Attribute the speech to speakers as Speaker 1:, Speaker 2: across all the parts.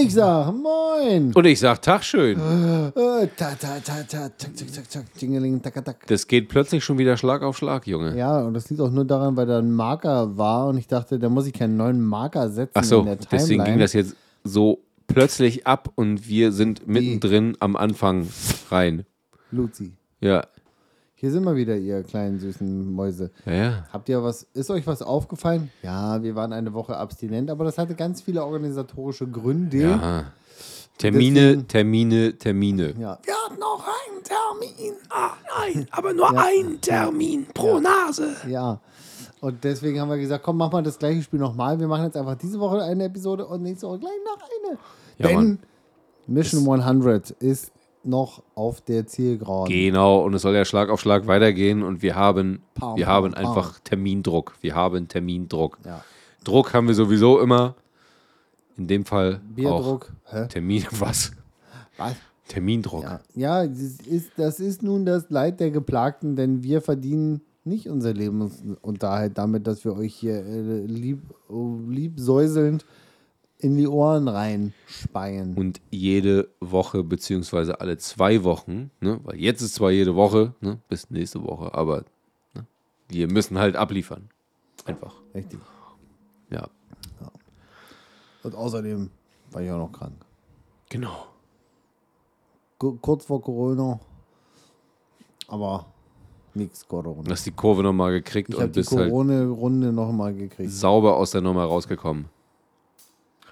Speaker 1: Ich sag Moin.
Speaker 2: Und ich sag Tag schön.
Speaker 1: Äh, ta, ta, ta, ta, tak, tak, tak, tak, tingeling, tak, tak.
Speaker 2: Das geht plötzlich schon wieder Schlag auf Schlag, Junge.
Speaker 1: Ja, und das liegt auch nur daran, weil da ein Marker war und ich dachte, da muss ich keinen neuen Marker setzen
Speaker 2: Ach so,
Speaker 1: in der Timeline.
Speaker 2: deswegen ging das jetzt so plötzlich ab und wir sind mittendrin am Anfang rein.
Speaker 1: Luzi,
Speaker 2: Ja,
Speaker 1: hier sind wir wieder, ihr kleinen süßen Mäuse.
Speaker 2: ja, ja.
Speaker 1: Habt ihr was, ist euch was aufgefallen? Ja, wir waren eine Woche abstinent, aber das hatte ganz viele organisatorische Gründe.
Speaker 2: Aha. Termine,
Speaker 1: Deswegen-
Speaker 2: Termine, Termine.
Speaker 1: Ja.
Speaker 2: Wir hatten auch einen Termin. Ah, nein, aber nur einen Termin pro Nase.
Speaker 1: Ja. Und deswegen haben wir gesagt, komm, mach mal das gleiche Spiel nochmal. Wir machen jetzt einfach diese Woche eine Episode und nächste Woche gleich noch eine.
Speaker 2: Ja,
Speaker 1: Denn
Speaker 2: Mann.
Speaker 1: Mission 100 ist noch auf der Zielgeraden.
Speaker 2: Genau, und es soll ja Schlag auf Schlag weitergehen und wir haben,
Speaker 1: Pam,
Speaker 2: wir haben
Speaker 1: pam,
Speaker 2: einfach Termindruck. Wir haben Termindruck.
Speaker 1: Ja.
Speaker 2: Druck haben wir sowieso immer. In dem Fall
Speaker 1: Bierdruck. Hä?
Speaker 2: auch Termin, was?
Speaker 1: Was?
Speaker 2: Termindruck.
Speaker 1: Ja, ja das, ist, das ist nun das Leid der Geplagten, denn wir verdienen nicht unser Lebensunterhalt damit, dass wir euch hier äh, lieb, liebsäuselnd in die Ohren reinspeien.
Speaker 2: Und jede Woche, beziehungsweise alle zwei Wochen, ne? weil jetzt ist zwar jede Woche, ne? bis nächste Woche, aber ne? wir müssen halt abliefern. Einfach.
Speaker 1: Richtig.
Speaker 2: Ja.
Speaker 1: Und außerdem war ich auch noch krank.
Speaker 2: Genau.
Speaker 1: Ku- kurz vor Corona, aber nichts Corona.
Speaker 2: Du hast die Kurve nochmal gekriegt
Speaker 1: Ich habe
Speaker 2: und
Speaker 1: die
Speaker 2: bist halt
Speaker 1: Corona-Runde noch nochmal gekriegt.
Speaker 2: sauber aus der Nummer rausgekommen.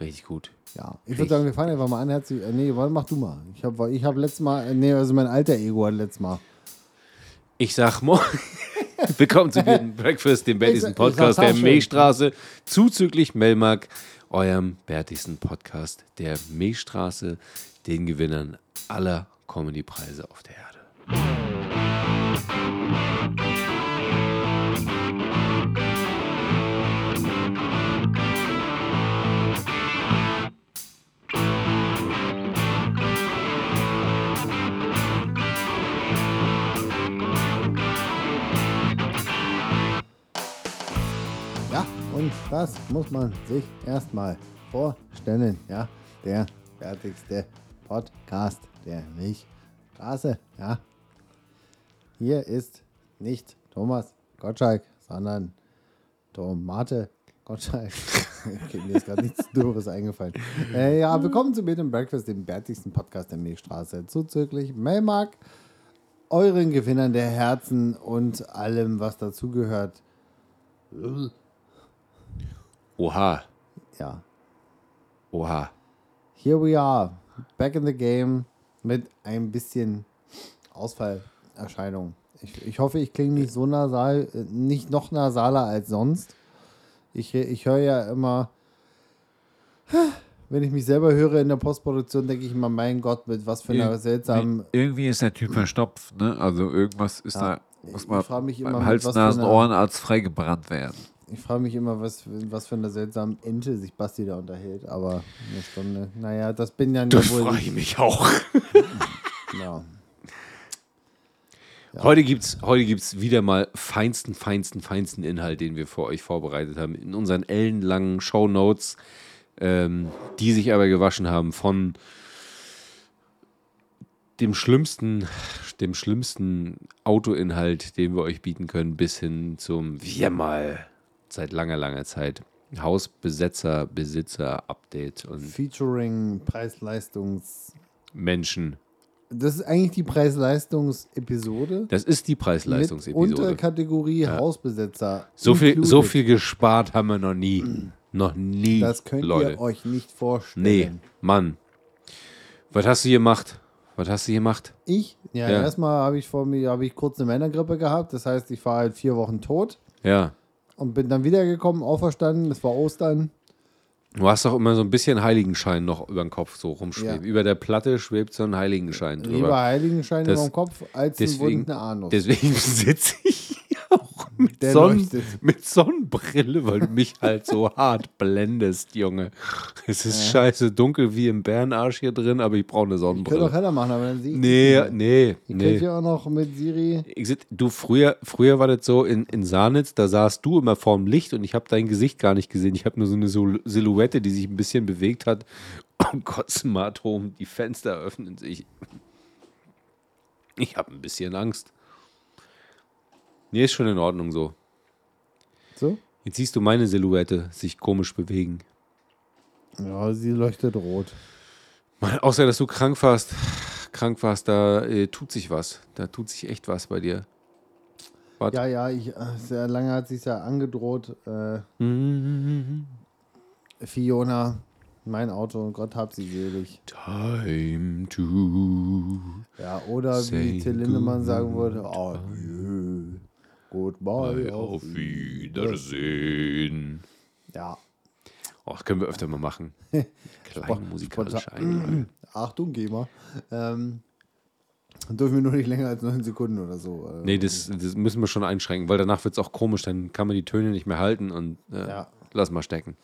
Speaker 2: Richtig gut.
Speaker 1: Ja, ich würde sagen, wir fangen einfach mal an. Herzlich, äh, nee, warte, mach du mal. Ich habe ich hab letztes Mal, äh, nee, also mein alter Ego hat letztes Mal.
Speaker 2: Ich sag moin. Willkommen zu Bed and Breakfast, dem
Speaker 1: Ich
Speaker 2: bärtigsten
Speaker 1: sa- ich
Speaker 2: Podcast
Speaker 1: sag's auch
Speaker 2: der
Speaker 1: schön.
Speaker 2: Milchstraße, zuzüglich Melmark, eurem bärtigsten Podcast der Milchstraße, den Gewinnern aller Comedy-Preise auf der Erde.
Speaker 1: Ja, und das muss man sich erstmal vorstellen. Ja, der fertigste Podcast der Milchstraße. Ja, hier ist nicht Thomas Gottschalk, sondern Tomate Gottschalk. Okay, mir ist gerade nichts Dummeres eingefallen. Äh, ja, willkommen zu Bed and Breakfast, dem bärtigsten Podcast der Milchstraße. Zuzüglich Melmark, euren Gewinnern der Herzen und allem, was dazugehört.
Speaker 2: Oha,
Speaker 1: Ja,
Speaker 2: oha.
Speaker 1: Here we are, back in the game mit ein bisschen Ausfallerscheinung. Ich, ich hoffe, ich klinge nicht so nasal, äh, nicht noch nasaler als sonst. Ich, ich höre ja immer, wenn ich mich selber höre in der Postproduktion, denke ich immer, mein Gott, mit was für einer
Speaker 3: Irgendwie-
Speaker 1: seltsamen.
Speaker 3: Irgendwie ist der Typ verstopft, ne? Also irgendwas ist
Speaker 1: Ja.
Speaker 3: da, muss
Speaker 1: Ich
Speaker 3: man
Speaker 1: frag mich immer,
Speaker 3: beim
Speaker 1: mit
Speaker 3: Hals,
Speaker 1: was für
Speaker 3: Nasen,
Speaker 1: einer-
Speaker 3: Ohrenarzt freigebrannt werden.
Speaker 1: Ich frage mich immer, was, für- was für eine seltsame Ente sich Basti da unterhält, aber eine Stunde. Naja, das bin ja
Speaker 2: Das
Speaker 1: nicht
Speaker 2: freue
Speaker 1: wohl. genau.
Speaker 2: ich mich auch.
Speaker 1: Ja.
Speaker 2: Heute gibt es heute gibt's wieder mal feinsten, feinsten, feinsten Inhalt, den wir für euch vorbereitet haben. In unseren ellenlangen Shownotes, ähm, die sich aber gewaschen haben von dem schlimmsten, dem schlimmsten Autoinhalt, den wir euch bieten können, bis hin zum wir mal seit langer, langer Zeit Hausbesetzer, Besitzer, Update und
Speaker 1: Featuring, Preis-Leistungs.
Speaker 2: Menschen.
Speaker 1: Das ist eigentlich die Preis-Leistungs-Episode.
Speaker 2: Das ist die
Speaker 1: Mit
Speaker 2: Preis-Leistungs-Episode.
Speaker 1: Unterkategorie Hausbesetzer.
Speaker 2: So viel, so
Speaker 1: included. Mm.
Speaker 2: viel gespart haben wir noch nie. Noch nie.
Speaker 1: Das könnt
Speaker 2: Leute.
Speaker 1: ihr euch nicht vorstellen.
Speaker 2: Nee, Mann. Was hast du hier gemacht? Was hast du hier gemacht?
Speaker 1: Ich, ja,
Speaker 2: Ja.
Speaker 1: erstmal habe ich vor mir, habe ich kurz eine Männergrippe gehabt. Das heißt, ich war halt vier Wochen tot
Speaker 2: Ja.
Speaker 1: und bin dann wiedergekommen, auferstanden. Es war Ostern.
Speaker 2: Du hast doch immer so ein bisschen Heiligenschein noch über den Kopf so
Speaker 1: Ja.
Speaker 2: rumschwebt. Über der Platte schwebt so ein Heiligenschein
Speaker 1: Lieber
Speaker 2: drüber.
Speaker 1: Heiligenschein
Speaker 2: Das-
Speaker 1: über dem Kopf als ein
Speaker 2: Deswegen,
Speaker 1: wundende Anus.
Speaker 2: deswegen sitze ich hier auch mit,
Speaker 1: Der
Speaker 2: Sonnen,
Speaker 1: leuchtet.
Speaker 2: mit Sonnenbrille, weil du mich halt so hart blendest, Junge. Es ist scheiße dunkel wie im Bärenarsch hier drin, aber ich brauche eine
Speaker 1: Ich könnte auch
Speaker 2: Sonnenbrille.
Speaker 1: heller machen, aber dann sehe ich.
Speaker 2: Nee, nee,
Speaker 1: Ich
Speaker 2: nee.
Speaker 1: könnte ja auch noch mit Siri.
Speaker 2: Ich sit, du, früher, früher war das so in, in Sarnitz, da saßt du immer vorm Licht und ich habe dein Gesicht gar nicht gesehen. Ich habe nur so eine Sil- Silhouette, die sich ein bisschen bewegt hat am Kotzen Smart Home, die Fenster öffnen sich. Ich habe ein bisschen Angst. Nee, ist schon in Ordnung so.
Speaker 1: So?
Speaker 2: Jetzt siehst du meine Silhouette sich komisch bewegen.
Speaker 1: Ja, sie leuchtet rot.
Speaker 2: Mann, außer dass du krank warst, krank warst, da äh, tut sich was. Da tut sich echt was bei dir. Warte.
Speaker 1: Ja, ja, ich, äh, sehr lange hat sich ja angedroht. Äh, Fiona, mein Auto, Gott hab sie selig.
Speaker 2: Time to.
Speaker 1: Ja, oder
Speaker 2: Say
Speaker 1: wie Till Lindemann sagen würde, oh, adieu, goodbye,
Speaker 2: Auf Wiedersehen.
Speaker 1: Ja,
Speaker 2: Ach, können wir öfter mal machen. Mm. Kleine musikalische Einlage.
Speaker 1: spontan. Achtung, geh mal. Ähm, dürfen wir nur nicht länger als neun Sekunden oder so. Äh,
Speaker 2: Nee, das, das müssen wir schon einschränken, weil danach wird es auch komisch. Dann kann man die Töne nicht mehr halten und äh,
Speaker 1: Ja.
Speaker 2: lass mal stecken.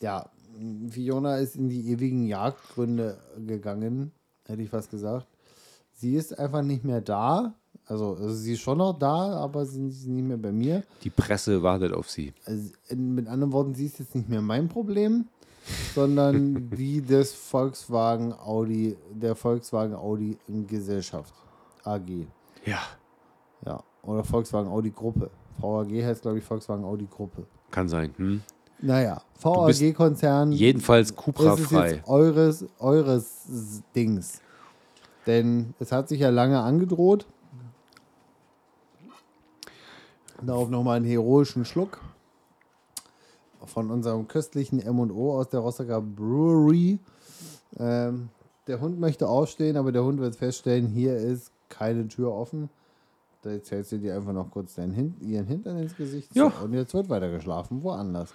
Speaker 1: Ja, Fiona ist in die ewigen Jagdgründe gegangen, hätte ich fast gesagt. Sie ist einfach nicht mehr da. Also, also sie ist schon noch da, aber sie ist nicht mehr bei mir.
Speaker 2: Die Presse wartet auf sie.
Speaker 1: Also, in, mit anderen Worten, sie ist jetzt nicht mehr mein Problem, sondern die des Volkswagen Audi, der Volkswagen Audi Gesellschaft AG.
Speaker 2: Ja.
Speaker 1: Ja, oder Volkswagen Audi Gruppe. VAG heißt, glaube ich, Volkswagen Audi Gruppe.
Speaker 2: Kann sein. Hm?
Speaker 1: Naja,
Speaker 2: bist
Speaker 1: VAG-Konzern.
Speaker 2: Jedenfalls
Speaker 1: Es ist
Speaker 2: Cupra-frei.
Speaker 1: jetzt eures, eures Dings. Denn es hat sich ja lange angedroht. Darauf nochmal einen heroischen Schluck von unserem köstlichen M&O aus der Rostocker Brewery. Ähm, der Hund möchte aufstehen, aber der Hund wird feststellen, hier ist keine Tür offen. Da jetzt hältst du dir einfach noch kurz deinen Hin ihren Hintern ins Gesicht.
Speaker 2: Ja.
Speaker 1: Und jetzt wird weiter geschlafen, woanders.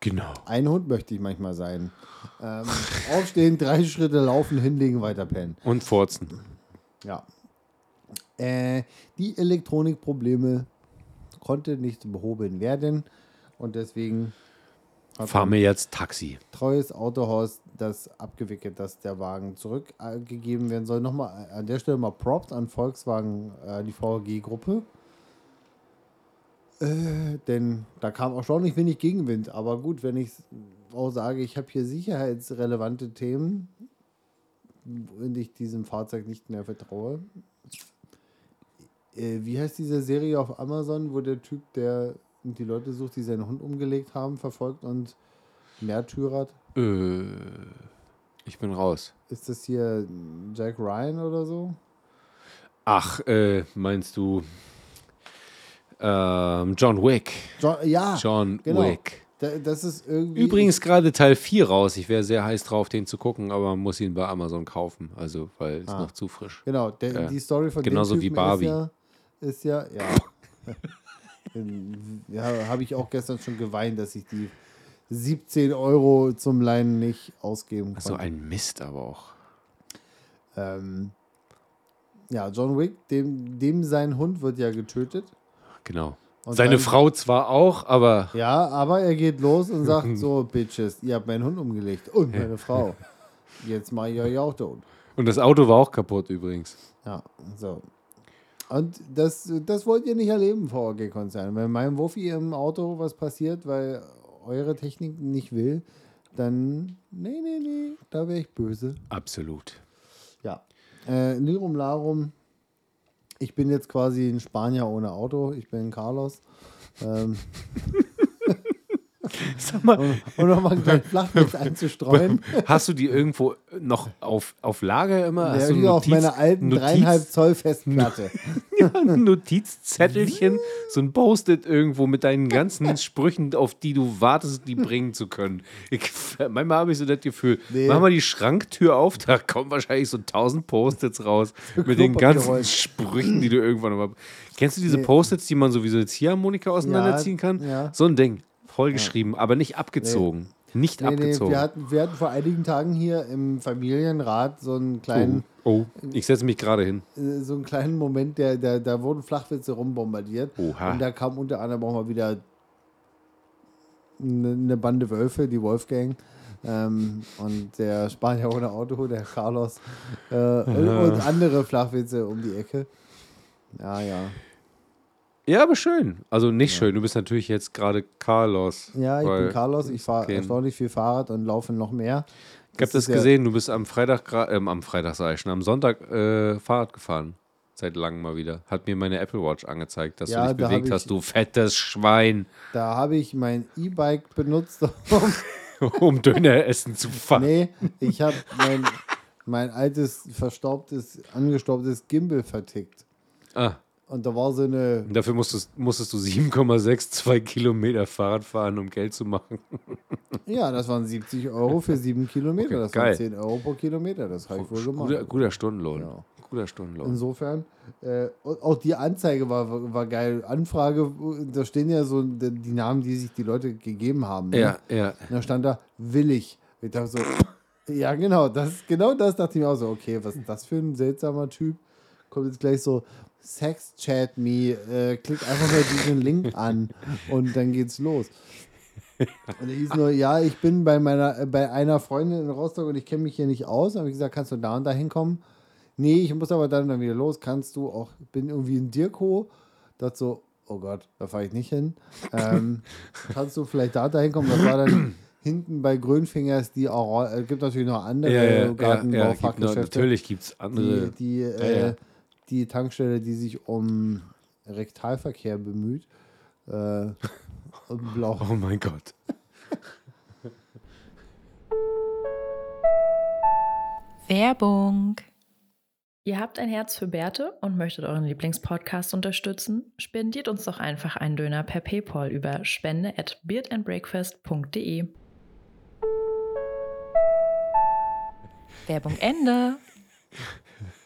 Speaker 2: Genau.
Speaker 1: Ein Hund möchte ich manchmal sein. Ähm, aufstehen, drei Schritte laufen, hinlegen, weiter pennen.
Speaker 2: Und Forzen.
Speaker 1: Ja. Äh, die Elektronikprobleme konnte nicht behoben werden und deswegen hat
Speaker 2: Fahr
Speaker 1: ein
Speaker 2: mir jetzt Taxi.
Speaker 1: treues Autohaus das abgewickelt, dass der Wagen zurückgegeben werden soll. Nochmal äh, an der Stelle mal Props an Volkswagen, äh, die VG-Gruppe. Äh, denn da kam auch schon nicht wenig Gegenwind. Aber gut, wenn ich auch sage, ich habe hier sicherheitsrelevante Themen, und ich diesem Fahrzeug nicht mehr vertraue. Äh, wie heißt diese Serie auf Amazon, wo der Typ, der die Leute sucht, die seinen Hund umgelegt haben, verfolgt und märtyrert?
Speaker 2: Äh, ich bin raus.
Speaker 1: Ist das hier Jack Ryan oder so?
Speaker 2: Ach, äh, meinst du ähm, John Wick?
Speaker 1: Jo
Speaker 2: Ah,
Speaker 1: ja,
Speaker 2: John
Speaker 1: genau.
Speaker 2: Wick.
Speaker 1: da, das ist irgendwie.
Speaker 2: Übrigens gerade Teil 4 raus. Ich wäre sehr heiß drauf, den zu gucken, aber man muss ihn bei Amazon kaufen. Also, weil es
Speaker 1: Ah.
Speaker 2: noch zu frisch.
Speaker 1: Genau, der,
Speaker 2: Ja.
Speaker 1: die Story von
Speaker 2: Genauso
Speaker 1: dem
Speaker 2: wie
Speaker 1: Typen
Speaker 2: Barbie.
Speaker 1: Ist ja, ist ja, ja. In- ja habe ich auch gestern schon geweint, dass ich die 17 Euro zum Leihen nicht ausgeben konnte.
Speaker 2: Also ein Mist aber auch.
Speaker 1: Ähm, ja, John Wick, dem, dem sein Hund wird ja getötet.
Speaker 2: Genau.
Speaker 1: Und
Speaker 2: Seine
Speaker 1: dann-
Speaker 2: Frau zwar auch, aber
Speaker 1: Ja, aber er geht los und sagt so, Bitches, ihr habt meinen Hund umgelegt und meine Frau. Jetzt mache ich euch auch tot.
Speaker 2: und das Auto war auch kaputt übrigens.
Speaker 1: Ja, so. Und das, das wollt ihr nicht erleben, VAG-Konzern. Wenn meinem Wuffi im Auto was passiert, weil eure Technik nicht will, dann nee, nee, nee, da wäre ich böse.
Speaker 2: Absolut.
Speaker 1: Ja. Äh, Nirum Larum. Ich bin jetzt quasi ein Spanier ohne Auto. Ich bin Carlos. Ähm,
Speaker 2: Sag mal,
Speaker 1: und um nochmal ein kleines Flachbild einzustreuen.
Speaker 2: Hast du die irgendwo noch auf, auf Lager immer?
Speaker 1: Der
Speaker 2: Hast du
Speaker 1: liegt auf meiner alten dreieinhalb Zoll Festplatte.
Speaker 2: ein Notizzettelchen, so ein Post-it irgendwo mit deinen ganzen Sprüchen, auf die du wartest, die bringen zu können. Ich, manchmal habe ich so das Gefühl,
Speaker 1: Nee.
Speaker 2: mach mal die Schranktür auf, da kommen wahrscheinlich so tausend Post-its raus mit den ganzen
Speaker 1: Klopapierrollen.
Speaker 2: Sprüchen, die du irgendwann mal. Kennst du diese
Speaker 1: Nee.
Speaker 2: Post-its, die man so wie so eine Ziehharmonika auseinanderziehen kann?
Speaker 1: ja.
Speaker 2: So ein Ding, vollgeschrieben, aber nicht abgezogen. Nicht
Speaker 1: Nee, nee,
Speaker 2: abgezogen.
Speaker 1: wir, hatten, wir hatten vor einigen Tagen hier im Familienrat so einen kleinen,
Speaker 2: oh, oh, ich setze mich gerade hin.
Speaker 1: äh, so einen kleinen Moment, der, der, da wurden Flachwitze rumbombardiert.
Speaker 2: Oha.
Speaker 1: Und da kam unter anderem auch mal wieder eine, eine Bande Wölfe, die Wolfgang. Ähm, und der Spanier ohne Auto, der Carlos. Äh, und, und andere Flachwitze um die Ecke. Ja, ja.
Speaker 2: Ja, aber schön. Also nicht schön. Du bist natürlich jetzt gerade Carlos.
Speaker 1: Ja, ich
Speaker 2: weil-
Speaker 1: bin Carlos. Ich fahre
Speaker 2: kein-
Speaker 1: erstaunlich viel Fahrrad und laufe noch mehr.
Speaker 2: Ich habe das
Speaker 1: ist ja-
Speaker 2: gesehen, du bist am Freitag, gra- ähm, am Freitag sag ich schon, am Sonntag äh, Fahrrad gefahren. Seit langem mal wieder. Hat mir meine Apple Watch angezeigt, dass
Speaker 1: Ja,
Speaker 2: du dich
Speaker 1: da hab
Speaker 2: bewegt
Speaker 1: ich-
Speaker 2: hast, du fettes Schwein,
Speaker 1: Da habe ich mein E-Bike benutzt, um
Speaker 2: um Döner essen zu fahren.
Speaker 1: Nee, ich habe mein, mein altes, verstaubtes, angestaubtes Gimbal vertickt.
Speaker 2: Ah,
Speaker 1: Und da war so eine.
Speaker 2: und dafür musstest, musstest du 7,62 Kilometer Fahrrad fahren, um Geld zu machen.
Speaker 1: Ja, das waren 70 Euro für sieben Kilometer.
Speaker 2: Okay,
Speaker 1: das
Speaker 2: geil.
Speaker 1: waren 10 Euro pro Kilometer. Das habe ich wohl gemacht.
Speaker 2: Guter, guter Stundenlohn.
Speaker 1: Genau.
Speaker 2: Guter Stundenlohn.
Speaker 1: Insofern, äh, und auch die Anzeige war, war geil. Anfrage, da stehen ja so die die Namen, die sich die Leute gegeben haben. ne?
Speaker 2: Ja, ja.
Speaker 1: Und da stand da, willig. Ich dachte so, ja, genau, das, genau das dachte ich mir auch so, okay, was ist das für ein seltsamer Typ? Kommt jetzt gleich so, Sex Chat Me, äh, klick einfach mal diesen Link an und dann geht's los. Und er hieß nur, ja, ich bin bei meiner, äh, bei einer Freundin in Rostock und ich kenne mich hier nicht aus. Habe ich gesagt, kannst du da und da hinkommen? Nee, ich muss aber dann, und dann wieder los. Kannst du auch, ich bin irgendwie in Dirko. Dachte so, oh Gott, da fahre ich nicht hin. Ähm, kannst du vielleicht da und da hinkommen? Das war dann hinten bei Grönfingers die Aurora. Äh, gibt natürlich noch andere
Speaker 2: Ja, ja, ja, ja, gibt noch,
Speaker 1: Gartenbaufachgeschäfte.
Speaker 2: natürlich gibt es andere.
Speaker 1: die, die,
Speaker 2: ja.
Speaker 1: äh, die Tankstelle, die sich um Rektalverkehr bemüht. Äh, und blau.
Speaker 2: oh mein Gott.
Speaker 4: Werbung.
Speaker 5: Ihr habt ein Herz für Bärte und möchtet euren Lieblingspodcast unterstützen? Spendiert uns doch einfach einen Döner per PayPal über spende at beardandbreakfast.de.
Speaker 4: Werbung Ende.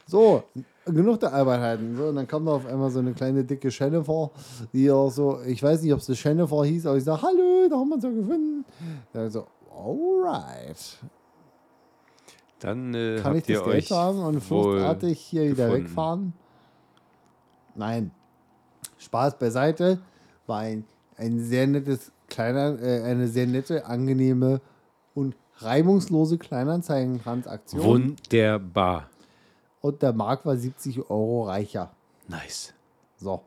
Speaker 1: So, genug der Albernheiten. So, und dann kam da auf einmal so eine kleine dicke Jennifer, die auch so, ich weiß nicht, ob sie Jennifer hieß, aber ich sage, hallo, da haben wir uns ja gefunden. Da so, alright.
Speaker 2: Dann äh,
Speaker 1: Kann ich
Speaker 2: habt ihr
Speaker 1: das Geld
Speaker 2: euch
Speaker 1: haben und
Speaker 2: wohl
Speaker 1: fluchtartig hier wieder
Speaker 2: gefunden.
Speaker 1: wegfahren? Nein. Spaß beiseite. War ein, ein sehr nettes, kleiner, äh, eine sehr nette, angenehme und reibungslose Kleinanzeigentransaktion.
Speaker 2: Wunderbar.
Speaker 1: und der Markt war 70 Euro reicher.
Speaker 2: Nice.
Speaker 1: So.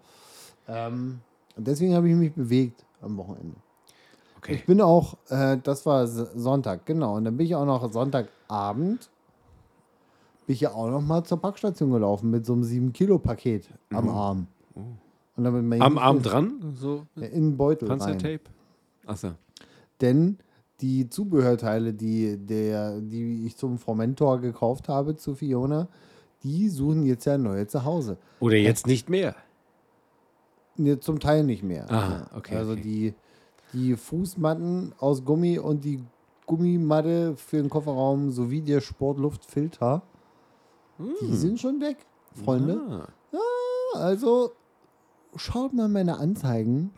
Speaker 1: Ähm, und deswegen habe ich mich bewegt am Wochenende.
Speaker 2: Okay.
Speaker 1: Ich bin auch, äh, das war S- Sonntag, genau. Und dann bin ich auch noch Sonntagabend, bin ich ja auch noch mal zur Packstation gelaufen mit so einem 7-Kilo-Paket am Arm. Und dann mit meinem
Speaker 2: Mhm. Am Arm dran? So
Speaker 1: In den Beutel rein.
Speaker 2: Panzertape? Achso.
Speaker 1: Denn die Zubehörteile, die, der, die ich zum Formentor gekauft habe, zu Fiona, die suchen jetzt ja neue zu Hause.
Speaker 2: Oder jetzt nicht mehr.
Speaker 1: Nee, zum Teil nicht mehr.
Speaker 2: Ah,
Speaker 1: Ja.
Speaker 2: okay,
Speaker 1: Also
Speaker 2: okay.
Speaker 1: Die, die Fußmatten aus Gummi und die Gummimatte für den Kofferraum sowie der Sportluftfilter,
Speaker 2: Hm.
Speaker 1: die sind schon weg, Freunde.
Speaker 2: Ah.
Speaker 1: Also schaut mal meine Anzeigen.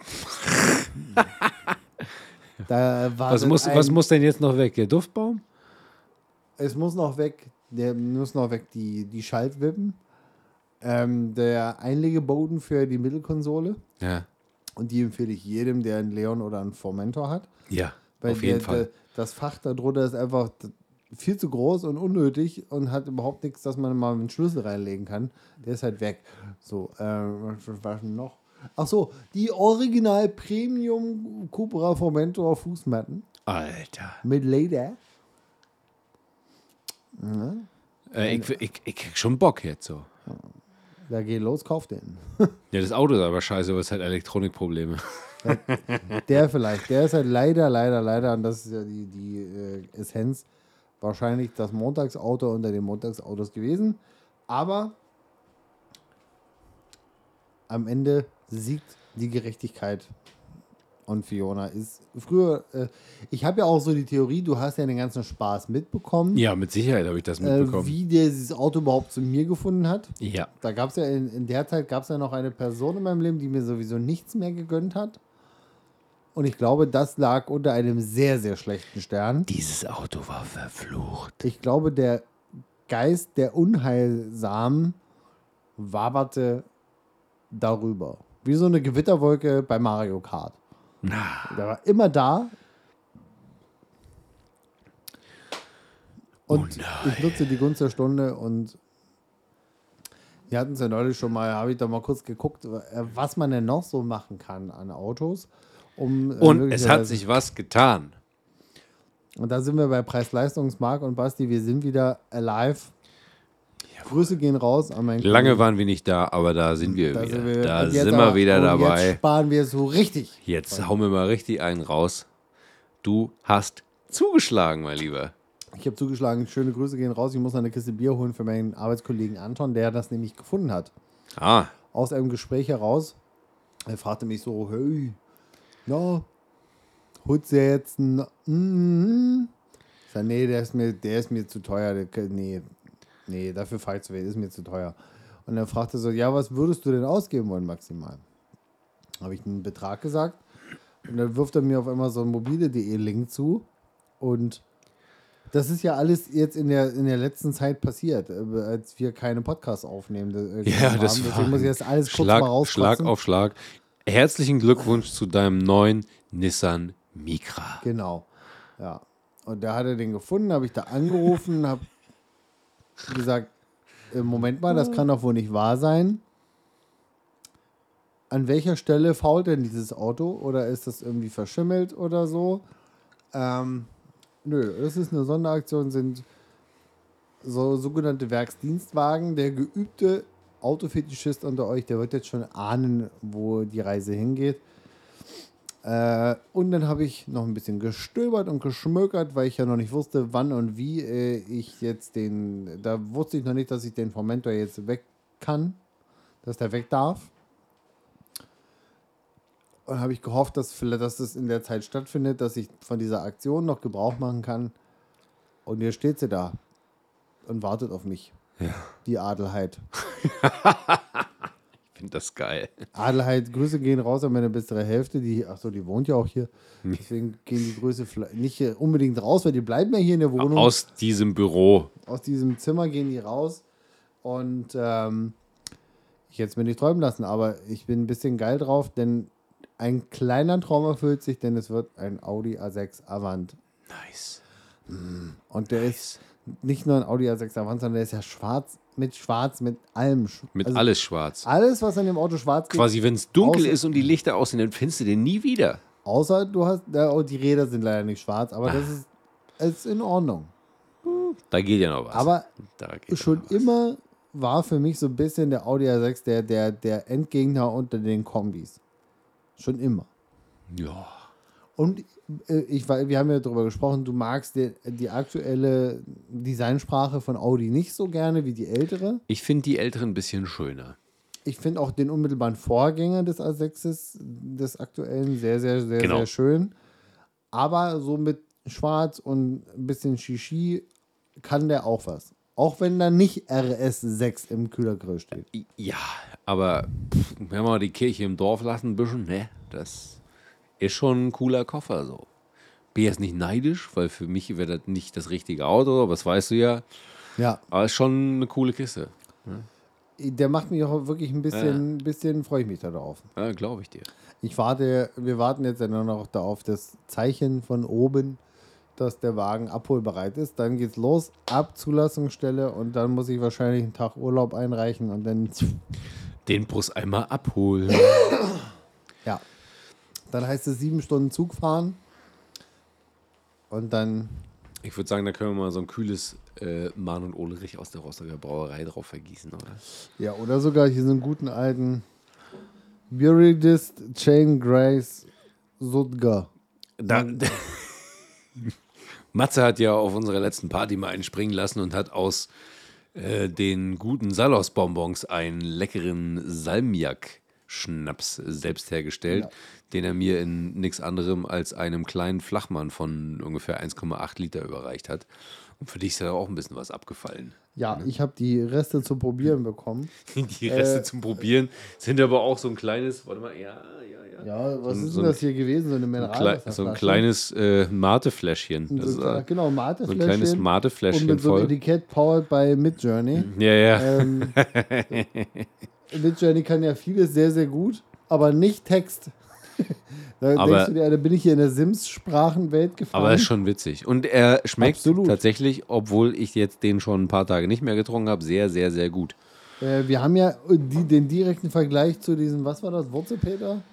Speaker 1: da war
Speaker 2: Was,
Speaker 1: dann
Speaker 2: muss,
Speaker 1: ein,
Speaker 2: was muss denn jetzt noch weg? Der Duftbaum?
Speaker 1: Es muss noch weg, der muss noch weg die, die Schaltwippen, ähm, der Einlegeboden für die Mittelkonsole.
Speaker 2: Ja.
Speaker 1: Und die empfehle ich jedem, der einen Leon oder einen Formentor hat.
Speaker 2: Ja,
Speaker 1: Weil
Speaker 2: auf jeden
Speaker 1: der,
Speaker 2: Fall.
Speaker 1: Der, das Fach darunter ist einfach d- viel zu groß und unnötig und hat überhaupt nichts, dass man mal einen Schlüssel reinlegen kann. Der ist halt weg. So, äh, was war denn noch? Ach so, die Original Premium Cupra Formentor Fußmatten
Speaker 2: Alter.
Speaker 1: mit Leder.
Speaker 2: Äh, ich, ich, ich krieg schon Bock jetzt so.
Speaker 1: Da geh los, kauf den.
Speaker 2: Ja, das Auto ist aber scheiße, aber es hat Elektronikprobleme.
Speaker 1: Der vielleicht. Der ist halt leider, leider, leider, und das ist ja die, die äh, Essenz, wahrscheinlich das Montagsauto unter den Montagsautos gewesen. Aber am Ende siegt die Gerechtigkeit. Und Fiona ist früher. Äh, ich habe ja auch so die Theorie, du hast ja den ganzen Spaß mitbekommen,
Speaker 2: Ja, mit Sicherheit habe ich das
Speaker 1: äh,
Speaker 2: mitbekommen.
Speaker 1: wie der dieses Auto überhaupt zu mir gefunden hat.
Speaker 2: ja.
Speaker 1: Da gab es ja in, in der Zeit gab es ja noch eine Person in meinem Leben, die mir sowieso nichts mehr gegönnt hat. Und ich glaube, das lag unter einem sehr, sehr schlechten Stern.
Speaker 2: Dieses Auto war verflucht.
Speaker 1: Ich glaube, der Geist der Unheilsamen waberte darüber. Wie so eine Gewitterwolke bei Mario Kart. Der war immer da.
Speaker 2: Oh
Speaker 1: Und ich nutze die Gunst der Stunde und wir hatten es ja neulich schon mal, habe ich da mal kurz geguckt, äh, was man denn noch so machen kann an Autos. Um äh,
Speaker 2: Und es
Speaker 1: möglicherweise-
Speaker 2: hat sich was getan.
Speaker 1: Und da sind wir bei Preis-Leistungs, Marc und Basti. Wir sind wieder alive. Grüße gehen raus an meinen
Speaker 2: Lange waren wir nicht da, aber da sind wir
Speaker 1: Mhm. Da
Speaker 2: wieder.
Speaker 1: sind wir,
Speaker 2: da
Speaker 1: und jetzt
Speaker 2: sind
Speaker 1: aber-
Speaker 2: wir wieder
Speaker 1: und
Speaker 2: dabei.
Speaker 1: Jetzt sparen wir so richtig.
Speaker 2: Jetzt hauen wir mal richtig einen raus. Du hast zugeschlagen, mein Lieber.
Speaker 1: Ich habe zugeschlagen, schöne Grüße gehen raus. Ich muss noch eine Kiste Bier holen für meinen Arbeitskollegen Anton, der das nämlich gefunden hat.
Speaker 2: Ah,
Speaker 1: Aus einem Gespräch heraus. Er fragte mich so: Hey, na, holst du jetzt ein. Mm, ich sag, nee, der ist mir, der ist mir zu teuer. Der, kann- nee, nee, dafür fahre ich zu weit, ist mir zu teuer. Und er fragte so: Ja, was würdest du denn ausgeben wollen, maximal? Habe ich einen Betrag gesagt. Und dann wirft er mir auf einmal so einen mobile.de-Link E zu. Und das ist ja alles jetzt in der, in der letzten Zeit passiert, äh, als wir keine Podcasts aufnehmen. äh,
Speaker 2: Ja,
Speaker 1: haben.
Speaker 2: das war
Speaker 1: Deswegen muss ich jetzt alles kurz mal
Speaker 2: Schlag,
Speaker 1: rauskotzen.
Speaker 2: Schlag auf Schlag. Herzlichen Glückwunsch zu deinem neuen Nissan Micra.
Speaker 1: Genau. Ja. Und da hat er den gefunden, habe ich da angerufen, habe gesagt, äh, Moment mal, das kann doch wohl nicht wahr sein. An welcher Stelle fault denn dieses Auto? Oder ist das irgendwie verschimmelt oder so? Ähm, nö, das ist eine Sonderaktion, sind so sogenannte Werksdienstwagen. Der geübte Autofetischist unter euch, der wird jetzt schon ahnen, wo die Reise hingeht. Äh, und dann habe ich noch ein bisschen gestöbert und geschmökert, weil ich ja noch nicht wusste, wann und wie äh, ich jetzt den. Da wusste ich noch nicht, dass ich den Formentor jetzt weg kann, dass der weg darf. Und habe ich gehofft, dass, vielleicht, dass das in der Zeit stattfindet, dass ich von dieser Aktion noch Gebrauch machen kann. Und hier steht sie da und wartet auf mich. Die Adelheid.
Speaker 2: Ich finde das geil.
Speaker 1: Adelheid, Grüße gehen raus an meine bessere Hälfte. Die, ach so, die wohnt ja auch hier. Deswegen gehen die Grüße vielleicht nicht hier unbedingt raus, weil die bleiben ja hier in der Wohnung. Aus,
Speaker 2: Aus diesem Büro.
Speaker 1: diesem Zimmer gehen die raus. Und ähm, ich hätte es mir nicht träumen lassen, aber ich bin ein bisschen geil drauf, denn ein kleiner Traum erfüllt sich, denn es wird ein Audi A6 Avant.
Speaker 2: Nice.
Speaker 1: Und der ist nicht nur ein Audi A6 Avant, sondern der ist ja schwarz mit schwarz, mit allem. sch-
Speaker 2: Mit
Speaker 1: also
Speaker 2: alles schwarz.
Speaker 1: Alles, was an dem Auto schwarz geht,
Speaker 2: Quasi, wenn es dunkel
Speaker 1: Außer-
Speaker 2: ist und die Lichter aus sind, dann findest du den nie wieder.
Speaker 1: Außer du hast, ja, oh, die Räder sind leider nicht schwarz, aber das ist, ist in Ordnung.
Speaker 2: Da geht ja noch was.
Speaker 1: Aber
Speaker 2: da geht
Speaker 1: schon
Speaker 2: noch was.
Speaker 1: immer war für mich so ein bisschen der Audi A6 der, der, der Endgegner unter den Kombis. Schon immer.
Speaker 2: Ja.
Speaker 1: Und äh, ich, war- wir haben ja darüber gesprochen, du magst die, die aktuelle Designsprache von Audi nicht so gerne wie die ältere.
Speaker 2: Ich finde die Älteren ein bisschen schöner.
Speaker 1: Ich finde auch den unmittelbaren Vorgänger des A6s, des aktuellen, sehr, sehr, sehr,
Speaker 2: Genau.
Speaker 1: sehr schön. Aber so mit Schwarz und ein bisschen Shishi kann der auch was. Auch wenn da nicht RS6 im Kühlergrill steht.
Speaker 2: I- Ja, aber pff, wenn wir die Kirche im Dorf lassen, ein bisschen, ne? Das ist schon ein cooler Koffer so. Bin jetzt nicht neidisch, weil für mich wäre das nicht das richtige Auto, aber das weißt du ja.
Speaker 1: Ja,
Speaker 2: Aber ist schon eine coole Kiste.
Speaker 1: der macht mich auch wirklich ein bisschen, bisschen freue ich mich da drauf.
Speaker 2: Ja, Glaube ich dir.
Speaker 1: Ich warte, wir warten jetzt ja nur noch da auf das Zeichen von oben, dass der Wagen abholbereit ist. Dann geht's los, ab Zulassungsstelle und dann muss ich wahrscheinlich einen Tag Urlaub einreichen und dann
Speaker 2: Den Bus einmal abholen.
Speaker 1: Ja. Dann heißt es sieben Stunden Zug fahren. Und dann,
Speaker 2: Ich würde sagen, da können wir mal so ein kühles äh, Mahn und Ulrich aus der Rostocker Brauerei drauf vergießen, oder?
Speaker 1: ja, oder sogar hier so einen guten alten Buridist Jane Grace Sudger.
Speaker 2: Da, Matze hat ja auf unserer letzten Party mal einen springen lassen und hat aus äh, den guten Salos-Bonbons einen leckeren Salmiak-Schnaps selbst hergestellt, den er mir in nichts anderem als einem kleinen Flachmann von ungefähr 1,8 Liter überreicht hat. Und für dich ist ja auch ein bisschen was abgefallen.
Speaker 1: Ja, ich habe die Reste zu probieren bekommen.
Speaker 2: Die Reste
Speaker 1: Äh,
Speaker 2: zum Probieren sind aber auch so ein kleines, warte mal, ja, ja, ja.
Speaker 1: Ja, was
Speaker 2: So ein-
Speaker 1: ist
Speaker 2: so
Speaker 1: denn
Speaker 2: ein-
Speaker 1: das hier gewesen? So eine
Speaker 2: Klei so ein
Speaker 1: Mineralwasserflasche?
Speaker 2: kleines äh, Matefläschchen. Das
Speaker 1: So
Speaker 2: ist,
Speaker 1: ein kle-
Speaker 2: äh,
Speaker 1: genau,
Speaker 2: so ein kleines
Speaker 1: Matefläschchen. Und
Speaker 2: Matefläschchen
Speaker 1: mit so einem Mhm.
Speaker 2: voll.
Speaker 1: Etikett powered by Midjourney.
Speaker 2: Ja, ja.
Speaker 1: ähm, Midjourney kann ja vieles sehr, sehr gut, aber nicht Text. da
Speaker 2: Aber-
Speaker 1: denkst du dir, da bin ich hier in der Sims-Sprachenwelt gefangen.
Speaker 2: aber ist schon witzig. Und er schmeckt
Speaker 1: Absolut.
Speaker 2: tatsächlich, obwohl ich jetzt den schon ein paar Tage nicht mehr getrunken habe, sehr, sehr, sehr gut.
Speaker 1: äh, wir haben ja die, den direkten Vergleich zu diesem, was war das, Wurzelpeter?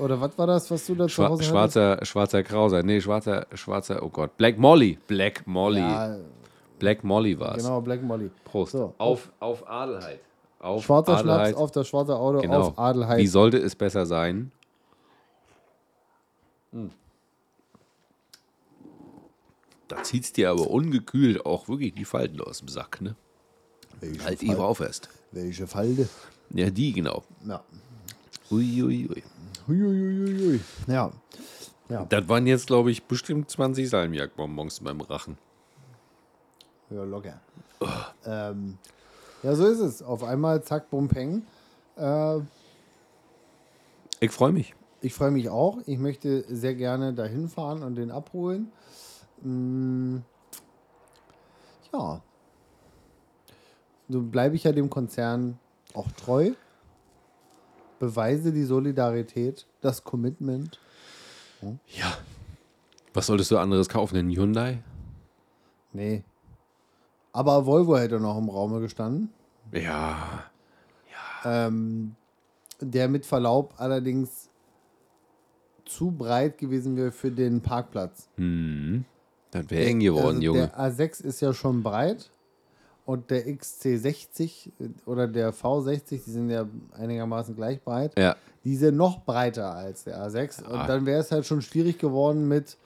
Speaker 1: Oder was war das, was du da zu
Speaker 2: Schwa
Speaker 1: Hause
Speaker 2: schwarzer, schwarzer Krauser. Nee, schwarzer, schwarzer, oh Gott. Black Molly. Black Molly.
Speaker 1: hattest?
Speaker 2: Black Molly
Speaker 1: Ja,
Speaker 2: war es.
Speaker 1: genau, Black Molly.
Speaker 2: Prost.
Speaker 1: So,
Speaker 2: Auf, auf Adelheid. Auf
Speaker 1: Schwarzer
Speaker 2: Adelheid.
Speaker 1: Schnaps auf das schwarze Auto
Speaker 2: genau.
Speaker 1: auf Adelheid.
Speaker 2: Wie sollte es besser sein?
Speaker 1: Hm.
Speaker 2: Da zieht's dir aber ungekühlt auch wirklich die Falten aus dem Sack, ne?
Speaker 1: welche,
Speaker 2: Halt eben aufest.
Speaker 1: welche Falde.
Speaker 2: Ja, die genau.
Speaker 1: Ja.
Speaker 2: Uiuiui.
Speaker 1: Huiuiuiui. ja.
Speaker 2: Das waren jetzt, glaube ich, bestimmt 20 Salmiakbonbons in meinem Rachen.
Speaker 1: Ja, locker. Ähm, ja, so ist es. Auf einmal, zack, bum, peng. Äh,
Speaker 2: Ich freue mich.
Speaker 1: ich freue mich auch. Ich möchte sehr gerne dahin fahren und den abholen. Mm, ja. So bleibe ich ja dem Konzern auch treu. Beweise die Solidarität, das Commitment.
Speaker 2: Ja. Was solltest du anderes kaufen? Einen Hyundai?
Speaker 1: Nee. Aber Volvo hätte noch im Raum gestanden.
Speaker 2: Ja.
Speaker 1: Ähm, der mit Verlaub allerdings zu breit gewesen wäre für den Parkplatz.
Speaker 2: Hm. Dann wäre eng geworden,
Speaker 1: also
Speaker 2: Junge.
Speaker 1: Der A6 ist ja schon breit und der XC60 äh, oder der V60, die sind ja einigermaßen gleich breit.
Speaker 2: Ja.
Speaker 1: Die sind noch breiter als der A6 und
Speaker 2: Ah.
Speaker 1: dann wäre es halt schon schwierig geworden mit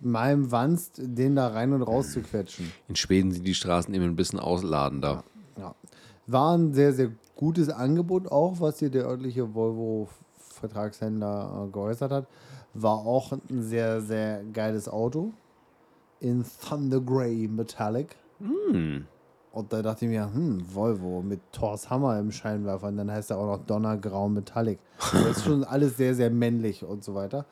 Speaker 1: meinem Wanst, den da rein und raus zu quetschen.
Speaker 2: In Schweden sind die Straßen immer ein bisschen ausladender.
Speaker 1: Ja. War ein sehr, sehr gutes Angebot auch, was hier der örtliche Volvo-Vertragshändler äh, geäußert hat. War auch ein sehr, sehr geiles Auto. In Thunder Grey Metallic. Und da dachte ich mir, hm, Volvo mit Thors Hammer im Scheinwerfer. Und dann heißt er auch noch Donnergrau Metallic. Das ist schon alles sehr, sehr männlich und so weiter.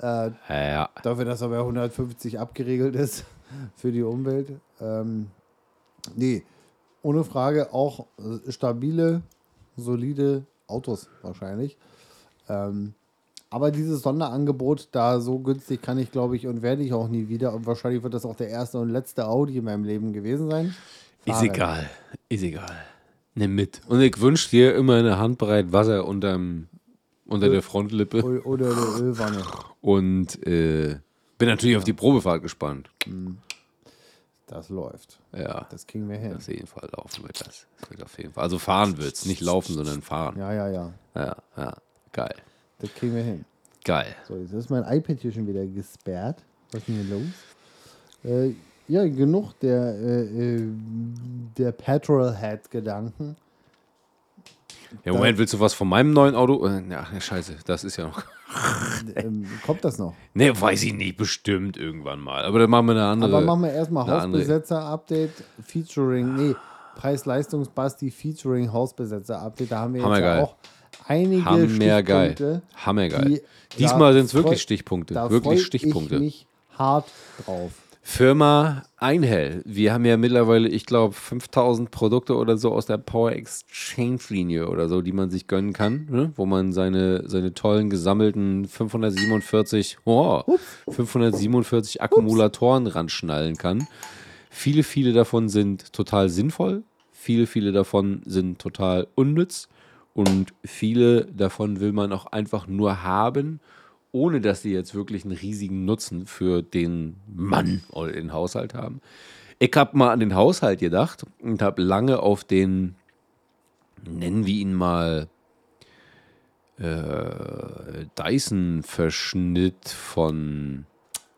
Speaker 1: Ja. Äh,
Speaker 2: Ja.
Speaker 1: Dafür, dass er bei 150 abgeregelt ist für die Umwelt. Ähm, nee, ohne Frage auch äh, stabile, solide Autos wahrscheinlich. Ähm, aber dieses Sonderangebot da so günstig kann ich, glaube ich, und werde ich auch nie wieder. Und wahrscheinlich wird das auch der erste und letzte Audi in meinem Leben gewesen sein.
Speaker 2: Ist
Speaker 1: Fahren.
Speaker 2: egal. Ist egal. Nimm mit. Und ich wünsche dir immer eine Handbreit Wasser unterm, unter der Frontlippe.
Speaker 1: O- Oder eine Ölwanne.
Speaker 2: Und äh, bin natürlich auf die Probefahrt gespannt.
Speaker 1: Das läuft.
Speaker 2: Ja.
Speaker 1: Das kriegen wir hin.
Speaker 2: Auf jeden Fall laufen wird das. Das wird auf jeden Fall. Also fahren wird's, nicht laufen, sondern fahren.
Speaker 1: Ja, ja, ja.
Speaker 2: Ja, ja. Geil.
Speaker 1: Das kriegen wir hin.
Speaker 2: Geil.
Speaker 1: So, jetzt ist mein iPad hier schon wieder gesperrt. Was ist denn hier los? Äh, ja, genug der, äh, äh, der Petrolhead-Gedanken.
Speaker 2: Ja, Moment, willst du was von meinem neuen Auto? Äh, ja, scheiße, das ist ja noch.
Speaker 1: Ähm, kommt das noch?
Speaker 2: Ne, weiß ich nicht, bestimmt irgendwann mal. Aber dann machen wir eine andere.
Speaker 1: Aber machen wir erstmal
Speaker 2: eine andere-
Speaker 1: Hausbesetzer-Update featuring, nee, Preis-Leistungs-Basti featuring Hausbesetzer-Update. Da haben wir jetzt
Speaker 2: Hammergeil.
Speaker 1: ja auch einige
Speaker 2: Hammergeil.
Speaker 1: Stichpunkte.
Speaker 2: Hammergeil.
Speaker 1: die-
Speaker 2: Diesmal
Speaker 1: da
Speaker 2: sind's wirklich
Speaker 1: freu-
Speaker 2: Stichpunkte,
Speaker 1: Da
Speaker 2: wirklich
Speaker 1: freu
Speaker 2: Stichpunkte.
Speaker 1: Ich mich hart drauf.
Speaker 2: Firma Einhell. Wir haben ja mittlerweile, ich glaube, 5000 Produkte oder so aus der Power Exchange Linie oder so, die man sich gönnen kann, ne? wo man seine, seine tollen gesammelten 547, oh, 547 Akkumulatoren ranschnallen kann. Viele, viele davon sind total sinnvoll, viele, viele davon sind total unnütz und viele davon will man auch einfach nur haben, ohne dass sie jetzt wirklich einen riesigen Nutzen für den Mann oder den Haushalt haben. Ich habe mal an den Haushalt gedacht und habe lange auf den, nennen wir ihn mal, äh, Dyson-Verschnitt von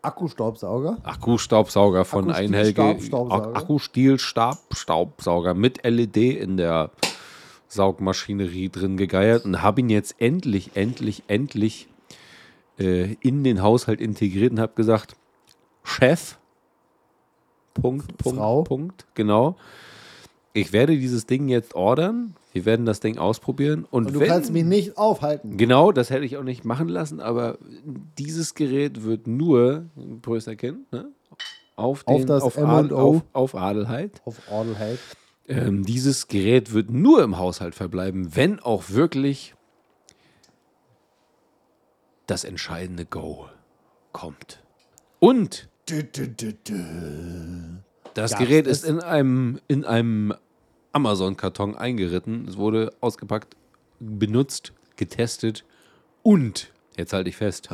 Speaker 1: Akkustaubsauger.
Speaker 2: Akkustaubsauger von
Speaker 1: Akkustiel-
Speaker 2: Einhelge.
Speaker 1: Stabstaubsauger.
Speaker 2: Akkustiel-Stabstaubsauger mit LED in der Saugmaschinerie drin gegeiert und habe ihn jetzt endlich, endlich, endlich äh, in den Haushalt integriert und habe gesagt, Chef, Punkt, Punkt,
Speaker 1: Frau.
Speaker 2: Punkt, genau. Ich werde dieses Ding jetzt ordern. Wir werden das Ding ausprobieren. Und,
Speaker 1: Und du
Speaker 2: wenn,
Speaker 1: kannst mich nicht aufhalten.
Speaker 2: Genau, das hätte ich auch nicht machen lassen, aber dieses Gerät wird nur, größer Kind, ne? auf,
Speaker 1: Auf
Speaker 2: den,
Speaker 1: das
Speaker 2: auf,
Speaker 1: M&O.
Speaker 2: Adel, auf, auf Adelheid.
Speaker 1: Auf halt. Adelheid.
Speaker 2: Ähm, dieses Gerät wird nur im Haushalt verbleiben, wenn auch wirklich das entscheidende Go kommt. Und das Gerät ist in einem, in einem Amazon-Karton eingeritten. Es wurde ausgepackt, benutzt, getestet und jetzt halte ich fest,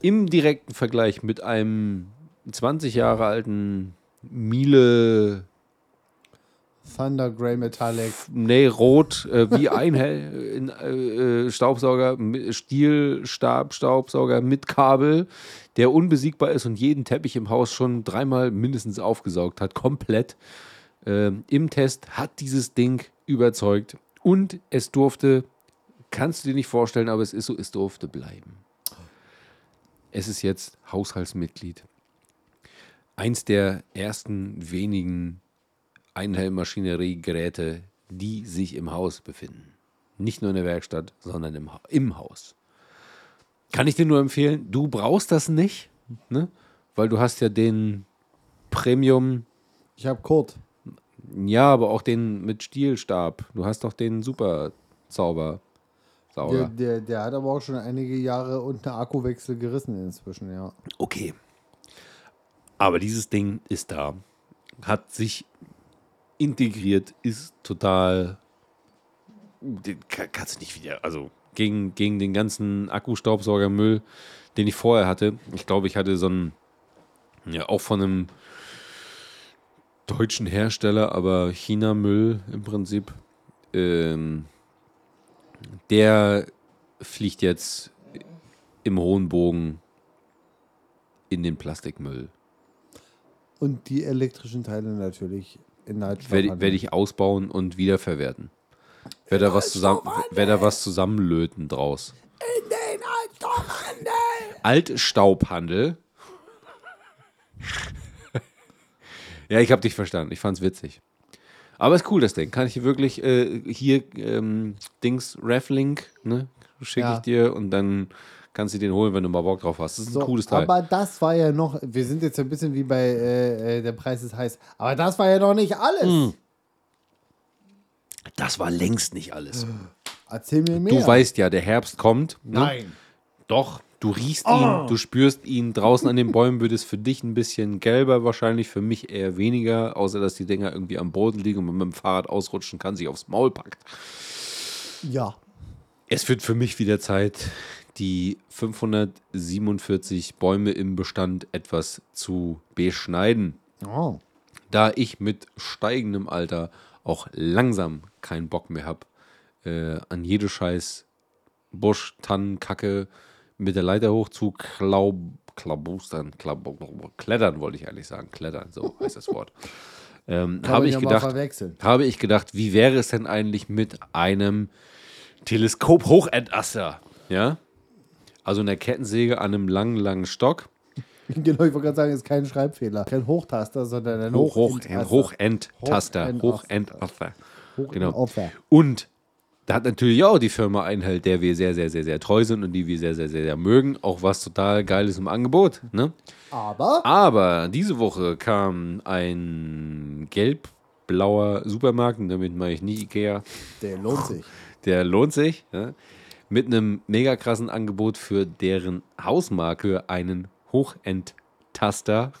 Speaker 2: im direkten Vergleich mit einem 20 Jahre alten Miele,
Speaker 1: Thunder Grey Metallic.
Speaker 2: nee, rot, äh, wie ein hell, in, äh, äh, Staubsauger, mi- Stielstab, Staubsauger mit Kabel, der unbesiegbar ist und jeden Teppich im Haus schon dreimal mindestens aufgesaugt hat, komplett. Ähm, Im Test hat dieses Ding überzeugt und es durfte, kannst du dir nicht vorstellen, aber es ist so, es durfte bleiben. Es ist jetzt Haushaltsmitglied. Eins der ersten wenigen Einheilmaschineriegeräte, die sich im Haus befinden. Nicht nur in der Werkstatt, sondern im, Ha- im Haus. Kann ich dir nur empfehlen, du brauchst das nicht, ne? weil du hast ja den Premium,
Speaker 1: Ich habe Kurt.
Speaker 2: ja, aber auch den mit Stielstab. Du hast doch den Super Zauber.
Speaker 1: Der,
Speaker 2: Sauber.
Speaker 1: der, der hat aber auch schon einige Jahre und einen Akkuwechsel gerissen inzwischen, ja.
Speaker 2: Okay. Aber dieses Ding ist da. Hat sich integriert, ist total. Den ka- kannst du nicht wieder. Also gegen, gegen den ganzen Akkustaubsaugermüll, den ich vorher hatte. Ich glaube, ich hatte so einen. Ja, auch von einem deutschen Hersteller, aber China-Müll im Prinzip. Ähm, der fliegt jetzt im hohen Bogen in den Plastikmüll.
Speaker 1: Und die elektrischen Teile natürlich in der
Speaker 2: Werde werd ich ausbauen und wiederverwerten. Werde da was zusammen, werde da was zusammenlöten draus. In den Altstaubhandel. Altstaubhandel. ja, ich habe dich verstanden. Ich fand's witzig. Aber ist cool das Ding. Kann ich dir wirklich äh, hier ähm, Dings Reflink ne schicke
Speaker 1: Ja.
Speaker 2: ich dir und dann kannst du den holen, wenn du mal Bock drauf hast. Das ist ein cooles Teil.
Speaker 1: Aber das war ja noch, wir sind jetzt ein bisschen wie bei äh, äh, Der Preis ist heiß, aber das war ja noch nicht alles.
Speaker 2: Hm. das war längst nicht alles.
Speaker 1: Erzähl mir mehr.
Speaker 2: Du weißt ja, der Herbst kommt. Ne?
Speaker 1: Nein.
Speaker 2: Doch, du riechst ihn, du spürst ihn. Draußen an den Bäumen wird es für dich ein bisschen gelber, wahrscheinlich für mich eher weniger, außer dass die Dinger irgendwie am Boden liegen und man mit dem Fahrrad ausrutschen kann, sich aufs Maul packt.
Speaker 1: Ja.
Speaker 2: Es wird für mich wieder Zeit, die 547 Bäume im Bestand etwas zu beschneiden,
Speaker 1: Oh.
Speaker 2: da ich mit steigendem Alter auch langsam keinen Bock mehr habe, äh, an jede Scheiß Busch, Tannen, Kacke mit der Leiter hoch zu klaub, klabustern, klab, klettern wollte ich eigentlich sagen, klettern, so heißt das Wort.
Speaker 1: Kann
Speaker 2: Ähm,
Speaker 1: man
Speaker 2: habe ich
Speaker 1: ja mal
Speaker 2: gedacht,
Speaker 1: verwechseln.
Speaker 2: habe ich gedacht, wie wäre es denn eigentlich mit einem Teleskop Hochentaster, ja? Also einer Kettensäge an einem langen, langen Stock,
Speaker 1: Genau, ich wollte gerade sagen, ist kein Schreibfehler. Kein Hochtaster, sondern ein
Speaker 2: hoch, hoch,
Speaker 1: Hochentaster.
Speaker 2: Hochentaster,
Speaker 1: Hochentaster.
Speaker 2: Hochentaster. genau.
Speaker 1: Opfer.
Speaker 2: Und da hat natürlich auch die Firma Einhalt, der wir sehr, sehr, sehr, sehr treu sind und die wir sehr, sehr, sehr, sehr mögen, auch was total Geiles im Angebot. Ne?
Speaker 1: Aber
Speaker 2: Aber diese Woche kam ein gelb-blauer Supermarkt, und damit mache ich nicht Ikea,
Speaker 1: der lohnt sich.
Speaker 2: der lohnt sich, ne? mit einem mega krassen Angebot für deren Hausmarke einen Hochend-Taster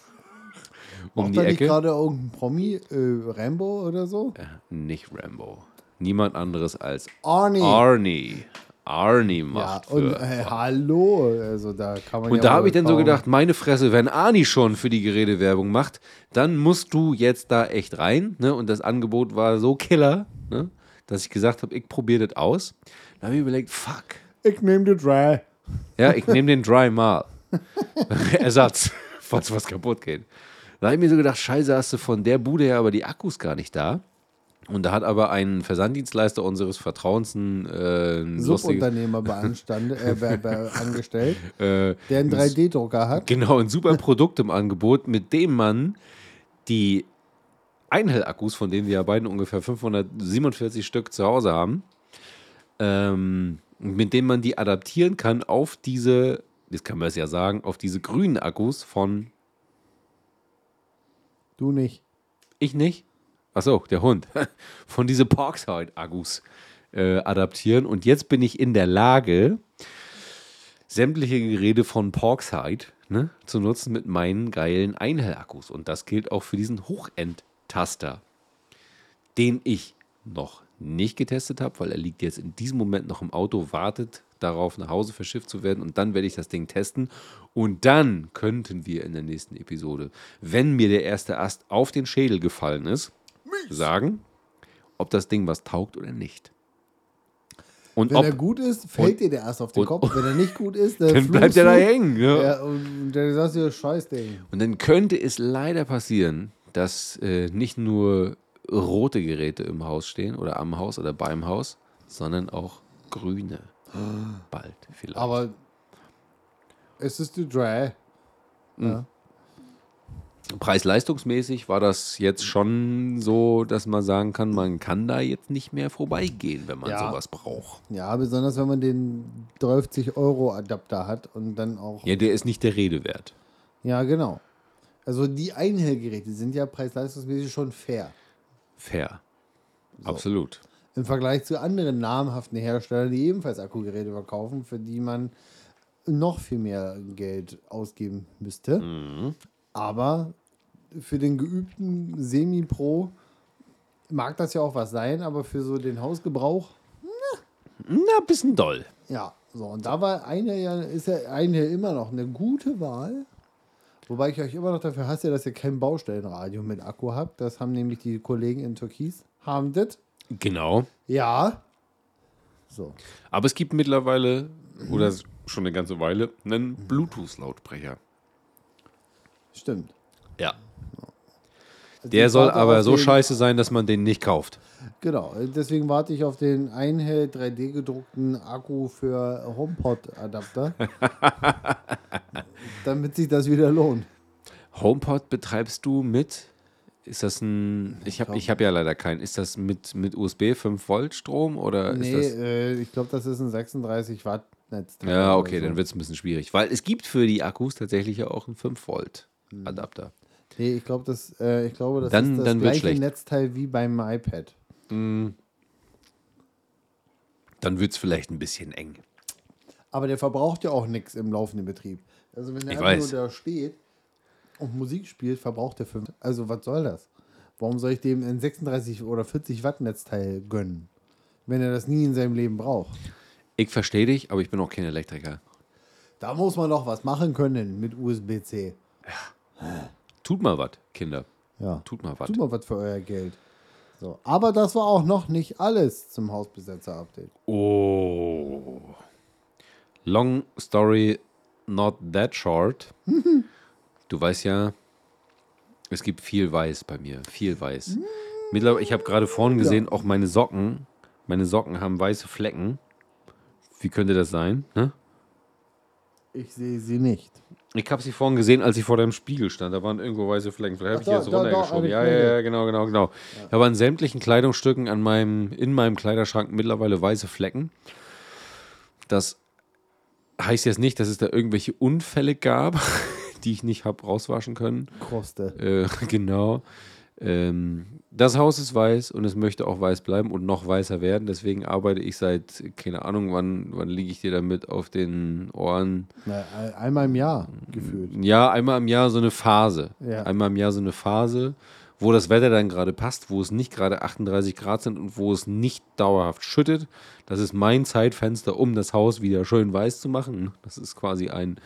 Speaker 2: um
Speaker 1: Macht
Speaker 2: die
Speaker 1: da nicht
Speaker 2: Ecke. Äh,
Speaker 1: gerade irgendein Promi, äh, Rambo oder so?
Speaker 2: nicht Rambo. Niemand anderes als
Speaker 1: Arnie.
Speaker 2: Arnie. Arnie
Speaker 1: ja,
Speaker 2: macht.
Speaker 1: und
Speaker 2: für-
Speaker 1: äh, hallo, also da kann man ja
Speaker 2: Und da
Speaker 1: wohl
Speaker 2: habe ich dann so
Speaker 1: kaum-
Speaker 2: gedacht, meine Fresse, wenn Ani schon für die Geräte Werbung macht, dann musst du jetzt da echt rein. Ne? Und das Angebot war so killer, ne? dass ich gesagt habe, ich probiere das aus. Dann habe ich überlegt, fuck,
Speaker 1: Ich nehme die drei.
Speaker 2: ja, ich nehme den Dry Mal. Ersatz, falls was kaputt geht. Da habe ich mir so gedacht, scheiße, hast du von der Bude her aber die Akkus gar nicht da. Und da hat aber ein Versanddienstleister unseres Vertrauens ein äh, ein lustiges-
Speaker 1: Subunternehmer beanstand, äh, be, be, angestellt,
Speaker 2: äh,
Speaker 1: der einen 3D-Drucker hat.
Speaker 2: Genau, ein super Produkt im Angebot, mit dem man die Einhell-Akkus, von denen wir ja beiden ungefähr 547 Stück zu Hause haben, ähm, mit dem man die adaptieren kann auf diese, das kann man es ja sagen, auf diese grünen Akkus von
Speaker 1: Du nicht.
Speaker 2: Ich nicht. Achso, der Hund. Von diese Parkside-Akkus äh, adaptieren. Und jetzt bin ich in der Lage, sämtliche Geräte von Parkside ne, zu nutzen mit meinen geilen Einhell-Akkus. Und das gilt auch für diesen Hochend-Taster, den ich noch nicht getestet habe, weil er liegt jetzt in diesem Moment noch im Auto, wartet darauf, nach Hause verschifft zu werden. Und dann werde ich das Ding testen. Und dann könnten wir in der nächsten Episode, wenn mir der erste Ast auf den Schädel gefallen ist, sagen, ob das Ding was taugt oder nicht. Und
Speaker 1: Wenn
Speaker 2: ob,
Speaker 1: er gut ist, fällt
Speaker 2: und-
Speaker 1: dir der Erst auf den
Speaker 2: und-
Speaker 1: Kopf. Wenn er nicht gut ist,
Speaker 2: dann bleibt er da hängen. ne? Ja.
Speaker 1: Ja, und und dann sagst du, Scheißding.
Speaker 2: Und dann könnte es leider passieren, dass äh, nicht nur rote Geräte im Haus stehen oder am Haus oder beim Haus, sondern auch grüne. Bald vielleicht.
Speaker 1: Aber es ist zu dry.
Speaker 2: Preis-leistungsmäßig war das jetzt schon so, dass man sagen kann, man kann da jetzt nicht mehr vorbeigehen, wenn man
Speaker 1: Ja.
Speaker 2: sowas braucht.
Speaker 1: Ja, besonders wenn man den 30 Euro Adapter hat und dann auch.
Speaker 2: Ja, der ist nicht der Rede wert.
Speaker 1: Ja, genau. Also die Einhellgeräte sind ja preis-leistungsmäßig schon fair.
Speaker 2: Fair. Absolut.
Speaker 1: Im Vergleich zu anderen namhaften Herstellern, die ebenfalls Akkugeräte verkaufen, für die man noch viel mehr Geld ausgeben müsste. Aber für den geübten Semi-Pro mag das ja auch was sein, aber für so den Hausgebrauch,
Speaker 2: Na, bisschen doll.
Speaker 1: ja. So, und da war eine ja, ist ja eine immer noch eine gute Wahl. Wobei ich euch immer noch dafür hasse, dass ihr kein Baustellenradio mit Akku habt. Das haben nämlich die Kollegen in Türkis. Haben das?
Speaker 2: Genau.
Speaker 1: Ja. So.
Speaker 2: Aber es gibt mittlerweile oder schon eine ganze Weile einen Bluetooth-Lautsprecher.
Speaker 1: Stimmt.
Speaker 2: Ja.
Speaker 1: Deswegen
Speaker 2: Der soll
Speaker 1: warte
Speaker 2: aber
Speaker 1: auf
Speaker 2: so
Speaker 1: den,
Speaker 2: scheiße sein, dass man den nicht kauft.
Speaker 1: Genau, deswegen warte ich auf den Einhell 3D gedruckten Akku für HomePod Adapter. damit sich das wieder lohnt.
Speaker 2: HomePod betreibst du mit? Ist das ein. Ich habe ich hab ja leider keinen. Ist das mit, mit USB 5 Volt Strom oder
Speaker 1: Nee,
Speaker 2: ist das.
Speaker 1: äh, ich glaube, das ist ein 36 Watt Netzteil.
Speaker 2: Ja,
Speaker 1: oder
Speaker 2: okay,
Speaker 1: so.
Speaker 2: dann wird es ein bisschen schwierig. Weil es gibt für die Akkus tatsächlich ja auch einen 5 Volt
Speaker 1: Mhm.
Speaker 2: Adapter.
Speaker 1: Nee, ich glaube, das, äh, ich glaube, das
Speaker 2: Dann-
Speaker 1: ist das
Speaker 2: dann wird's
Speaker 1: gleiche
Speaker 2: schlecht.
Speaker 1: Netzteil wie beim iPad.
Speaker 2: Dann wird es vielleicht ein bisschen eng.
Speaker 1: Aber der verbraucht ja auch nichts im laufenden Betrieb. Also wenn der
Speaker 2: Ich
Speaker 1: einfach nur
Speaker 2: weiß.
Speaker 1: da steht und Musik spielt, verbraucht der fünf. Also was soll das? Warum soll ich dem ein 36 oder 40 Watt Netzteil gönnen, wenn er das nie in seinem Leben braucht?
Speaker 2: Ich verstehe dich, aber ich bin auch kein Elektriker.
Speaker 1: Da muss man doch was machen können mit USB-C.
Speaker 2: Tut mal was, Kinder.
Speaker 1: Ja.
Speaker 2: Tut mal was.
Speaker 1: Tut mal was für euer Geld. So. Aber das war auch noch nicht alles zum Hausbesetzer-Update.
Speaker 2: Oh. Long story not that short. du weißt ja, es gibt viel Weiß bei mir. Viel Weiß. Mittlerweile, ich habe gerade vorhin gesehen, auch meine Socken. Meine Socken haben weiße Flecken. Wie könnte das sein? Ne?
Speaker 1: Ich sehe sie nicht.
Speaker 2: Ich habe sie vorhin gesehen, als ich vor deinem Spiegel stand. Da waren irgendwo weiße Flecken. Vielleicht habe
Speaker 1: Ach,
Speaker 2: ich
Speaker 1: da,
Speaker 2: die jetzt
Speaker 1: da, da,
Speaker 2: runtergeschoben.
Speaker 1: eine
Speaker 2: Ja,
Speaker 1: Flecke.
Speaker 2: ja, ja, genau, genau, genau. Ich habe an sämtlichen Kleidungsstücken an meinem, in meinem Kleiderschrank mittlerweile weiße Flecken. Das heißt jetzt nicht, dass es da irgendwelche Unfälle gab, die ich nicht habe rauswaschen können.
Speaker 1: Kruste.
Speaker 2: Äh, genau. Ähm, das Haus ist weiß und es möchte auch weiß bleiben und noch weißer werden. Deswegen arbeite ich seit, keine Ahnung, wann, wann liege ich dir damit auf den Ohren?
Speaker 1: Na, ein- einmal im Jahr gefühlt.
Speaker 2: Ja, einmal im Jahr so eine Phase.
Speaker 1: Ja.
Speaker 2: Einmal im Jahr so eine Phase, wo das Wetter dann gerade passt, wo es nicht gerade 38 Grad sind und wo es nicht dauerhaft schüttet. Das ist mein Zeitfenster, um das Haus wieder schön weiß zu machen. Das ist quasi ein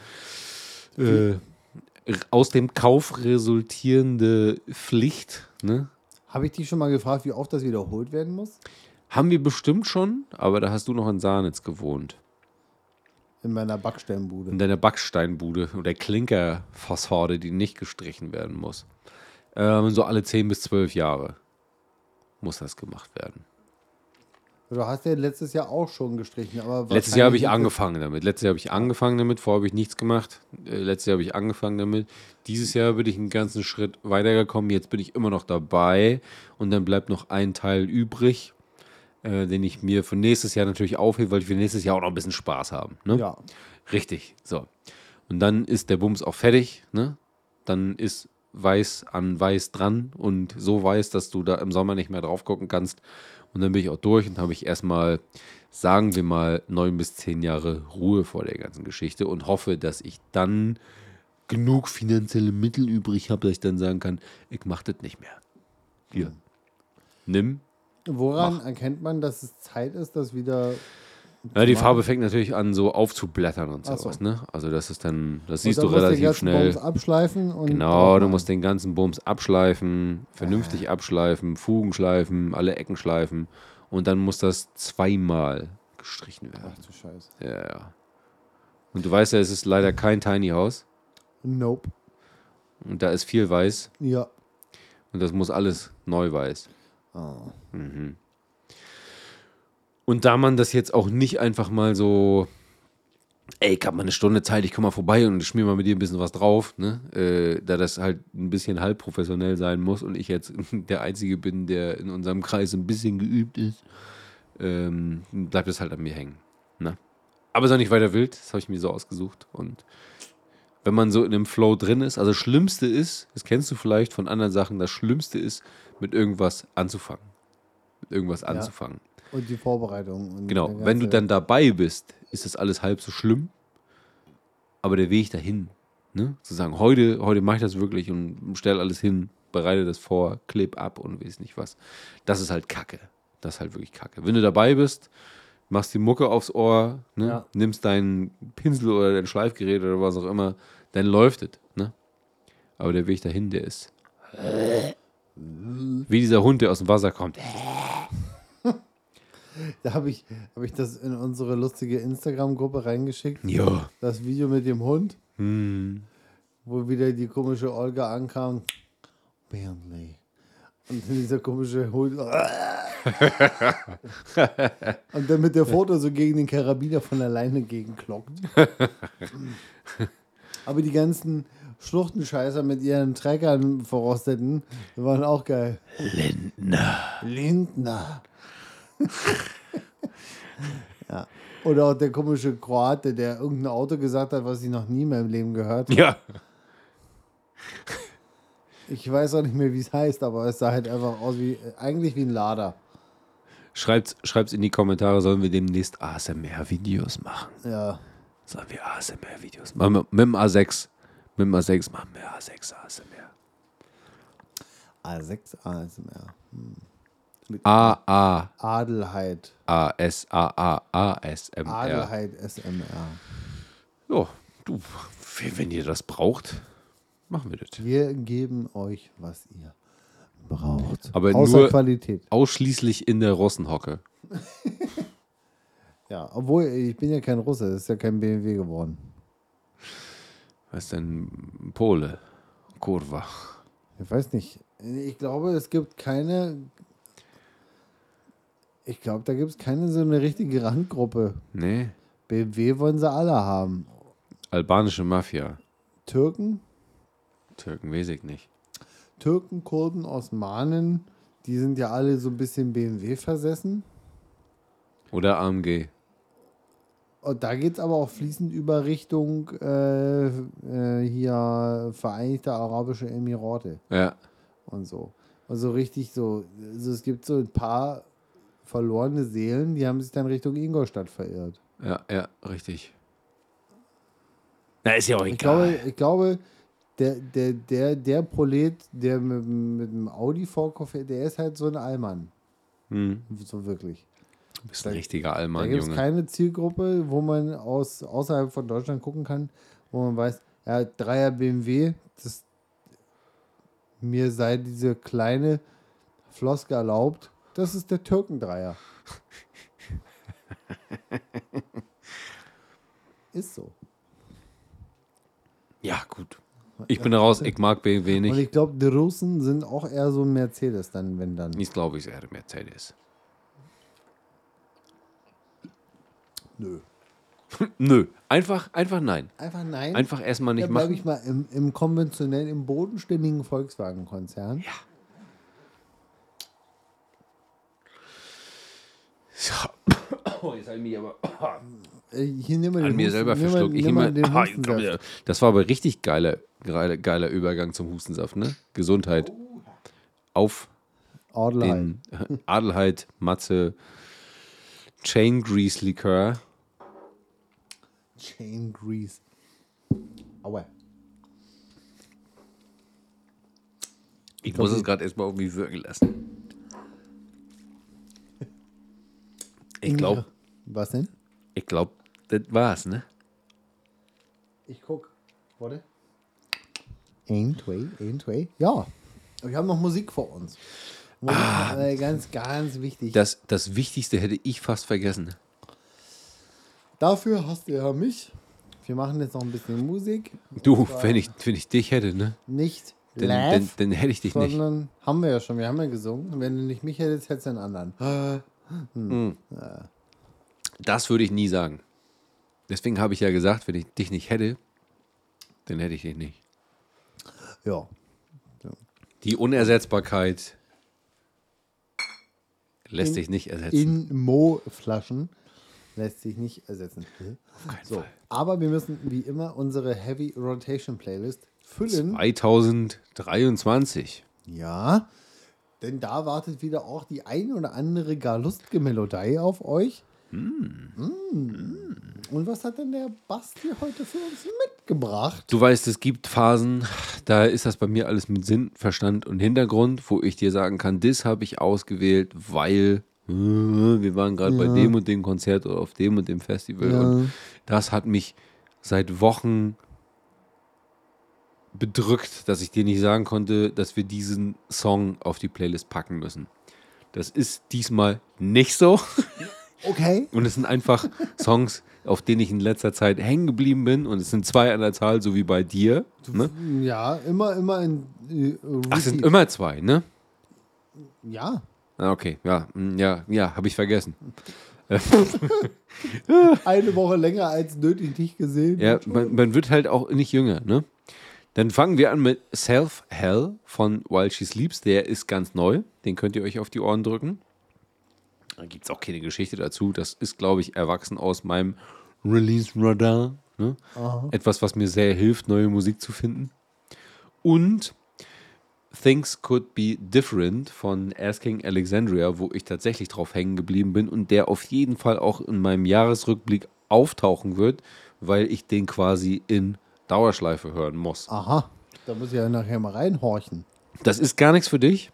Speaker 2: äh, aus dem Kauf resultierende Pflicht. Ne?
Speaker 1: Habe ich dich schon mal gefragt, wie oft das wiederholt werden muss?
Speaker 2: Haben wir bestimmt schon, aber da hast du noch in Saarnitz gewohnt.
Speaker 1: In meiner Backsteinbude.
Speaker 2: in deiner Backsteinbude oder Klinkerfassade, die nicht gestrichen werden muss. Ähm, so alle 10 bis 12 Jahre muss das gemacht werden.
Speaker 1: Du Also hast ja letztes Jahr auch schon gestrichen, aber
Speaker 2: Letztes Jahr habe ich
Speaker 1: wahrscheinlich
Speaker 2: angefangen damit. Letztes Jahr habe ich angefangen damit, vorher habe ich nichts gemacht. Äh, letztes Jahr habe ich angefangen damit. Dieses Jahr bin ich einen ganzen Schritt weitergekommen. Jetzt bin ich immer noch dabei und dann bleibt noch ein Teil übrig, äh, den ich mir für nächstes Jahr natürlich aufhebe, weil wir nächstes Jahr auch noch ein bisschen Spaß haben. Ne?
Speaker 1: nicht- Ja,
Speaker 2: Richtig, so. Und dann ist der Bums auch fertig, ne? Dann ist weiß an weiß dran und so weiß, dass du da im Sommer nicht mehr drauf gucken kannst. Und dann bin ich auch durch und habe ich erstmal, sagen wir mal, neun bis zehn Jahre Ruhe vor der ganzen Geschichte und hoffe, dass ich dann genug finanzielle Mittel übrig habe, dass ich dann sagen kann, ich mach das nicht mehr.
Speaker 1: Mhm.
Speaker 2: Hier. Nimm
Speaker 1: woran erkennt man, dass es Zeit ist, das wieder
Speaker 2: Ja, die Farbe fängt natürlich an, so aufzublättern und
Speaker 1: Ach so.
Speaker 2: sowas, ne? Also das ist dann, das
Speaker 1: Und
Speaker 2: siehst
Speaker 1: dann
Speaker 2: du
Speaker 1: musst den
Speaker 2: relativ
Speaker 1: ganzen
Speaker 2: schnell.
Speaker 1: Bums abschleifen und Oh,
Speaker 2: Genau, du
Speaker 1: draufmachen.
Speaker 2: musst den ganzen Bums abschleifen, vernünftig abschleifen, Fugen schleifen, alle Ecken schleifen und dann muss das zweimal gestrichen werden.
Speaker 1: Ach du Scheiße.
Speaker 2: Ja, ja. Und du weißt ja, es ist leider kein Tiny House
Speaker 1: Nope.
Speaker 2: und da ist viel weiß
Speaker 1: Ja.
Speaker 2: und das muss alles neu weiß.
Speaker 1: Oh.
Speaker 2: Und da man das jetzt auch nicht einfach mal so, ey, ich habe mal eine Stunde Zeit, ich komme mal vorbei und schmier mal mit dir ein bisschen was drauf, ne? Äh, da das halt ein bisschen halb professionell sein muss und ich jetzt der Einzige bin, der in unserem Kreis ein bisschen geübt ist, ähm, bleibt es halt an mir hängen. Ne? Aber ist auch nicht weiter wild, das habe ich mir so ausgesucht. Und wenn man so in dem Flow drin ist, also das Schlimmste ist, das kennst du vielleicht von anderen Sachen, das Schlimmste ist, mit irgendwas anzufangen. Mit irgendwas anzufangen.
Speaker 1: Und die Vorbereitung. Und
Speaker 2: Genau,
Speaker 1: der
Speaker 2: wenn du
Speaker 1: ganze-
Speaker 2: dann dabei bist, ist das alles halb so schlimm. Aber der Weg dahin, ne? zu sagen, heute, heute mache ich das wirklich und stelle alles hin, bereite das vor, kleb ab und weiß nicht was. Das ist halt Kacke. Das ist halt wirklich Kacke. Wenn du dabei bist, machst die Mucke aufs Ohr, ne?
Speaker 1: Ja.
Speaker 2: nimmst deinen Pinsel oder dein Schleifgerät oder was auch immer, dann läuft es. Ne? Aber der Weg dahin, der ist. Wie dieser Hund, der aus dem Wasser kommt.
Speaker 1: Da habe ich, hab ich das in unsere lustige Instagram-Gruppe reingeschickt.
Speaker 2: Ja.
Speaker 1: Das Video mit dem Hund,
Speaker 2: Hm.
Speaker 1: wo wieder die komische Olga ankam. Bentley. Und dann dieser komische Hund. Und dann mit der Foto so gegen den Karabiner von alleine gegenklockt. Aber die ganzen Schluchtenscheißer mit ihren Treckern verrosteten, die waren auch geil. Lindner. ja. Oder auch der komische Kroate, der irgendein Auto gesagt hat, was ich noch nie in meinem Leben gehört habe.
Speaker 2: Ja.
Speaker 1: Ich weiß auch nicht mehr, wie es heißt, aber es sah halt einfach aus wie, eigentlich wie ein Lader.
Speaker 2: Schreibt's, schreibt's in die Kommentare, sollen wir demnächst ASMR-Videos machen?
Speaker 1: Ja.
Speaker 2: Sollen wir ASMR-Videos machen? Mit, mit dem A6. Mit dem A6 machen wir A6 ASMR.
Speaker 1: A6 ASMR.
Speaker 2: A, A,
Speaker 1: Adelheid.
Speaker 2: A, S, A, A, A, S, M, R.
Speaker 1: Adelheid SMR.
Speaker 2: Ja, du, wenn ihr das braucht, machen wir das.
Speaker 1: Wir geben euch, was ihr braucht.
Speaker 2: Aber
Speaker 1: Außer
Speaker 2: nur-
Speaker 1: Qualität.
Speaker 2: Ausschließlich in der Russenhocke.
Speaker 1: Ja, obwohl ich bin ja kein Russe, es ist ja kein BMW geworden.
Speaker 2: Was ist denn Pole? Kurva.
Speaker 1: Ich weiß nicht. Ich glaube, es gibt keine. Ich glaube, da gibt es keine so eine richtige Randgruppe.
Speaker 2: Nee.
Speaker 1: BMW wollen sie alle haben.
Speaker 2: Albanische Mafia.
Speaker 1: Türken,
Speaker 2: Türken weiß ich nicht.
Speaker 1: Türken, Kurden, Osmanen, die sind ja alle so ein bisschen BMW versessen.
Speaker 2: Oder AMG.
Speaker 1: Und da geht es aber auch fließend über Richtung äh, äh, hier Vereinigte Arabische Emirate.
Speaker 2: Ja.
Speaker 1: und so. Und so richtig so, also es gibt so ein paar verlorene Seelen, die haben sich dann Richtung Ingolstadt verirrt.
Speaker 2: Ja, ja, richtig. Na, ist ja auch
Speaker 1: Ich glaube, ich glaube der, der, der, der Prolet, der mit, dem- mit dem Audi vorkauft, der ist halt so ein Allmann.
Speaker 2: Hm.
Speaker 1: So wirklich.
Speaker 2: Du bist ein richtiger Allmann,
Speaker 1: da gibt es
Speaker 2: Junge.
Speaker 1: keine Zielgruppe, wo man aus, außerhalb von Deutschland gucken kann, wo man weiß, ja, Dreier BMW, das, mir sei diese kleine Floske erlaubt, das ist der Türkendreier. ist so.
Speaker 2: ja, gut. Ich bin raus, ich mag BMW
Speaker 1: Und
Speaker 2: nicht.
Speaker 1: ich glaube, die Russen sind auch eher so ein Mercedes dann, wenn dann.
Speaker 2: Ich glaube, ich hätte Mercedes.
Speaker 1: Nö.
Speaker 2: Nö, einfach, einfach nein.
Speaker 1: Einfach nein.
Speaker 2: Einfach erstmal
Speaker 1: da
Speaker 2: nicht
Speaker 1: bleibe
Speaker 2: machen.
Speaker 1: ich mal im, im konventionellen, im bodenständigen Volkswagen-Konzern.
Speaker 2: So. Oh, jetzt habe ich mich aber
Speaker 1: Äh, Hier nehmen wir den
Speaker 2: an mir
Speaker 1: Husten-
Speaker 2: selber
Speaker 1: nehmen wir-
Speaker 2: verschluckt. Ich
Speaker 1: nehmen wir
Speaker 2: nehme
Speaker 1: den
Speaker 2: ah, ich
Speaker 1: Hustensaft.
Speaker 2: glaub, ja. Das war aber richtig geiler, geiler, geiler Übergang zum Hustensaft, ne? Gesundheit. Auf
Speaker 1: Adelheid.
Speaker 2: den Adelheid Matze Chain Grease Likör.
Speaker 1: Chain Grease. Aua.
Speaker 2: Ich muss es gerade erstmal irgendwie wirken lassen. Ich glaube,
Speaker 1: Was denn?
Speaker 2: Ich glaube, das war's, ne?
Speaker 1: Ich guck. Warte. Ein, zwei, ein, zwei. Ja. Wir haben noch Musik vor uns. Musik
Speaker 2: Ah.
Speaker 1: ist, äh, ganz, ganz wichtig.
Speaker 2: Das, das Wichtigste hätte ich fast vergessen.
Speaker 1: Dafür hast du ja mich. Wir machen jetzt noch ein bisschen Musik.
Speaker 2: Du,
Speaker 1: Und zwar
Speaker 2: wenn ich, wenn ich dich hätte, ne?
Speaker 1: Nicht
Speaker 2: Dann,
Speaker 1: live,
Speaker 2: dann, dann hätte ich dich nicht.
Speaker 1: sondern haben wir ja schon. Wir haben ja gesungen. Wenn du nicht mich hättest, hättest du einen anderen.
Speaker 2: Das würde ich nie sagen. Deswegen habe ich ja gesagt, wenn ich dich nicht hätte, dann hätte ich dich nicht.
Speaker 1: Ja.
Speaker 2: Die Unersetzbarkeit lässt sich nicht ersetzen.
Speaker 1: In Mo-Flaschen lässt sich nicht ersetzen. so. Aber wir müssen wie immer unsere Heavy Rotation Playlist füllen.
Speaker 2: 2023.
Speaker 1: Ja, denn da wartet wieder auch die ein oder andere gar lustige Melodie auf euch.
Speaker 2: Hm.
Speaker 1: Mm. Und was hat denn der Basti heute für uns mitgebracht?
Speaker 2: Du weißt, es gibt Phasen, da ist das bei mir alles mit Sinn, Verstand und Hintergrund, wo ich dir sagen kann, das habe ich ausgewählt, weil äh, wir waren gerade bei dem und dem Konzert oder auf dem und dem Festival und das hat mich seit Wochen bedrückt, dass ich dir nicht sagen konnte, dass wir diesen Song auf die Playlist packen müssen. Das ist diesmal nicht so.
Speaker 1: Okay.
Speaker 2: Und es sind einfach Songs, auf denen ich in letzter Zeit hängen geblieben bin. Und es sind zwei an der Zahl, so wie bei dir. Ne?
Speaker 1: Ja, immer, immer in. Äh,
Speaker 2: Ach, sind
Speaker 1: Repeat.
Speaker 2: immer zwei, ne?
Speaker 1: Ja.
Speaker 2: Ah, okay, ja, mm, ja, ja, habe ich vergessen.
Speaker 1: Eine Woche länger als nötig nicht gesehen.
Speaker 2: Ja, man, man wird halt auch nicht jünger, ne? Dann fangen wir an mit Self Hell von While She Sleeps. Der ist ganz neu. Den könnt ihr euch auf die Ohren drücken. Da gibt es auch keine Geschichte dazu. Das ist, glaube ich, erwachsen aus meinem Release-Radar. Ne? Etwas, was mir sehr hilft, neue Musik zu finden. Und Things Could Be Different von Asking Alexandria, wo ich tatsächlich drauf hängen geblieben bin und der auf jeden Fall auch in meinem Jahresrückblick auftauchen wird, weil ich den quasi in Dauerschleife hören muss.
Speaker 1: Aha. Da muss ich ja nachher mal reinhorchen.
Speaker 2: Das ist gar nichts für dich,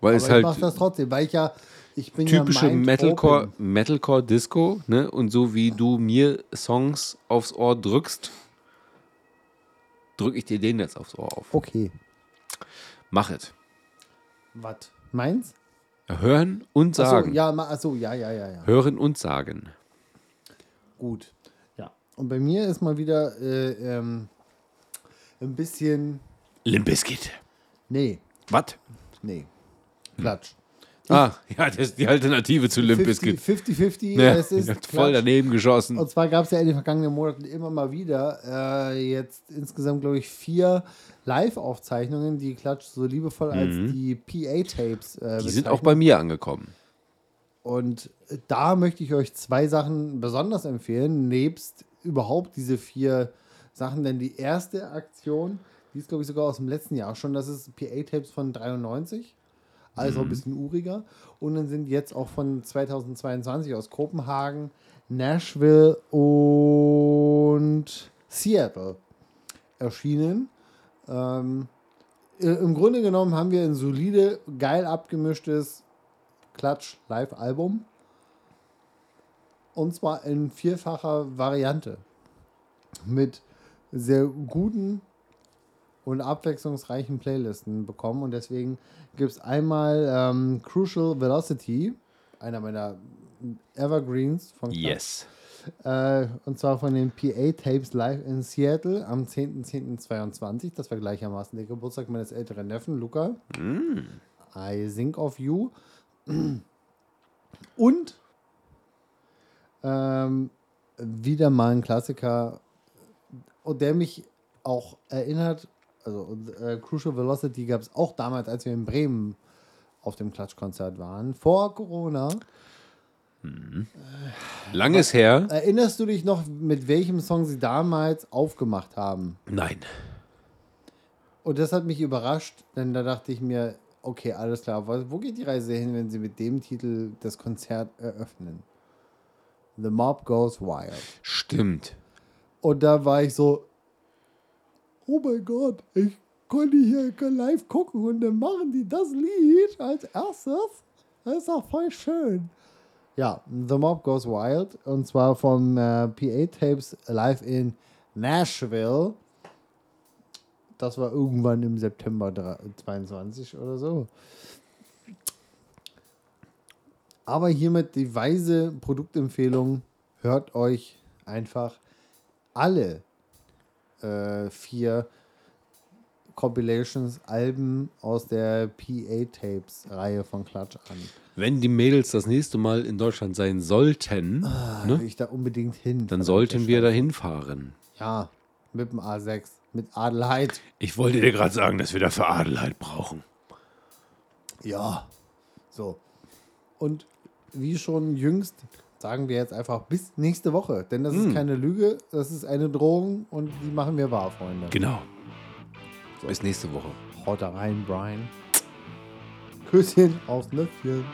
Speaker 2: weil
Speaker 1: Aber
Speaker 2: es
Speaker 1: ich
Speaker 2: halt
Speaker 1: mach das trotzdem, weil ich ja. Ich bin
Speaker 2: typische
Speaker 1: ja mind
Speaker 2: Metalcore,
Speaker 1: open.
Speaker 2: Metalcore Disco, ne? Und so wie du mir Songs aufs Ohr drückst, drücke ich dir den jetzt aufs Ohr auf.
Speaker 1: Okay.
Speaker 2: Mach es.
Speaker 1: Was? Meins?
Speaker 2: Hören und
Speaker 1: Achso,
Speaker 2: sagen.
Speaker 1: ja, ma- achso, ja, ja, ja, ja.
Speaker 2: Hören und sagen.
Speaker 1: Gut. Ja. Und bei mir ist mal wieder äh, ähm, ein bisschen.
Speaker 2: Limp Bizkit.
Speaker 1: Nee,
Speaker 2: Was?
Speaker 1: nee. Klatsch.
Speaker 2: Ah,
Speaker 1: Hm?
Speaker 2: ja, das ist die Alternative zu Limp Bizkit.
Speaker 1: 50-50,
Speaker 2: Ja,
Speaker 1: es ist
Speaker 2: ich hab voll
Speaker 1: Klatsch.
Speaker 2: daneben geschossen.
Speaker 1: Und zwar gab es ja in den vergangenen Monaten immer mal wieder, äh, jetzt insgesamt, glaube ich, vier Live-Aufzeichnungen, die Klatsch so liebevoll als die PA-Tapes äh,
Speaker 2: Mhm. Die sind
Speaker 1: bezeichnet.
Speaker 2: auch bei mir angekommen.
Speaker 1: Und da möchte ich euch zwei Sachen besonders empfehlen, nebst überhaupt diese vier Sachen. Denn die erste Aktion, die ist, glaube ich, sogar aus dem letzten Jahr schon, das ist PA-Tapes von 93. Also ein bisschen uriger. Und dann sind jetzt auch von 2022 aus Kopenhagen, Nashville und Seattle erschienen. Ähm, i- Im Grunde genommen haben wir ein solide, geil abgemischtes Klatsch-Live-Album. Und zwar in vierfacher Variante. Mit sehr guten und abwechslungsreichen Playlisten bekommen. Und deswegen gibt es einmal ähm, Crucial Velocity, einer meiner Evergreens von Klatsch.
Speaker 2: Yes.
Speaker 1: Äh, und zwar von den PA-Tapes live in Seattle am 10.10.22. Das war gleichermaßen der Geburtstag meines älteren Neffen, Luca. I think of you. Und ähm, wieder mal ein Klassiker, und der mich auch erinnert. Also äh, Crucial Velocity gab es auch damals, als wir in Bremen auf dem Klatschkonzert waren, vor Corona.
Speaker 2: Langes her.
Speaker 1: Erinnerst du dich noch, mit welchem Song sie damals aufgemacht haben?
Speaker 2: Nein.
Speaker 1: Und das hat mich überrascht, denn da dachte ich mir, okay, alles klar, wo wo geht die Reise hin, wenn sie mit dem Titel das Konzert eröffnen? The Mob Goes Wild.
Speaker 2: Stimmt.
Speaker 1: Und da war ich so, oh mein Gott, ich konnte hier live gucken und dann machen die das Lied als erstes. Das ist doch voll schön. Ja, The Mob Goes Wild und zwar vom äh, PA Tapes live in Nashville. Das war irgendwann im September dra- 22 oder so. Aber hiermit die weise Produktempfehlung: Hört euch einfach alle äh, vier Compilations, Alben aus der PA Tapes Reihe von Klatsch an.
Speaker 2: Wenn die Mädels das nächste Mal in Deutschland sein sollten,
Speaker 1: Will
Speaker 2: ne,
Speaker 1: Äh, ich da unbedingt hin.
Speaker 2: dann
Speaker 1: verdammte
Speaker 2: sollten wir
Speaker 1: Scheiße.
Speaker 2: da hinfahren.
Speaker 1: Ja, mit dem A6, mit Adelheid.
Speaker 2: Ich wollte dir gerade sagen, dass wir dafür Adelheid brauchen.
Speaker 1: Ja. So. Und wie schon jüngst, sagen wir jetzt einfach bis nächste Woche. Denn das
Speaker 2: Hm.
Speaker 1: ist keine Lüge, das ist eine Drohung und die machen wir wahr, Freunde.
Speaker 2: Genau. Bis nächste Woche.
Speaker 1: Haut da rein, Brian. Küsschen aufs Nüsschen.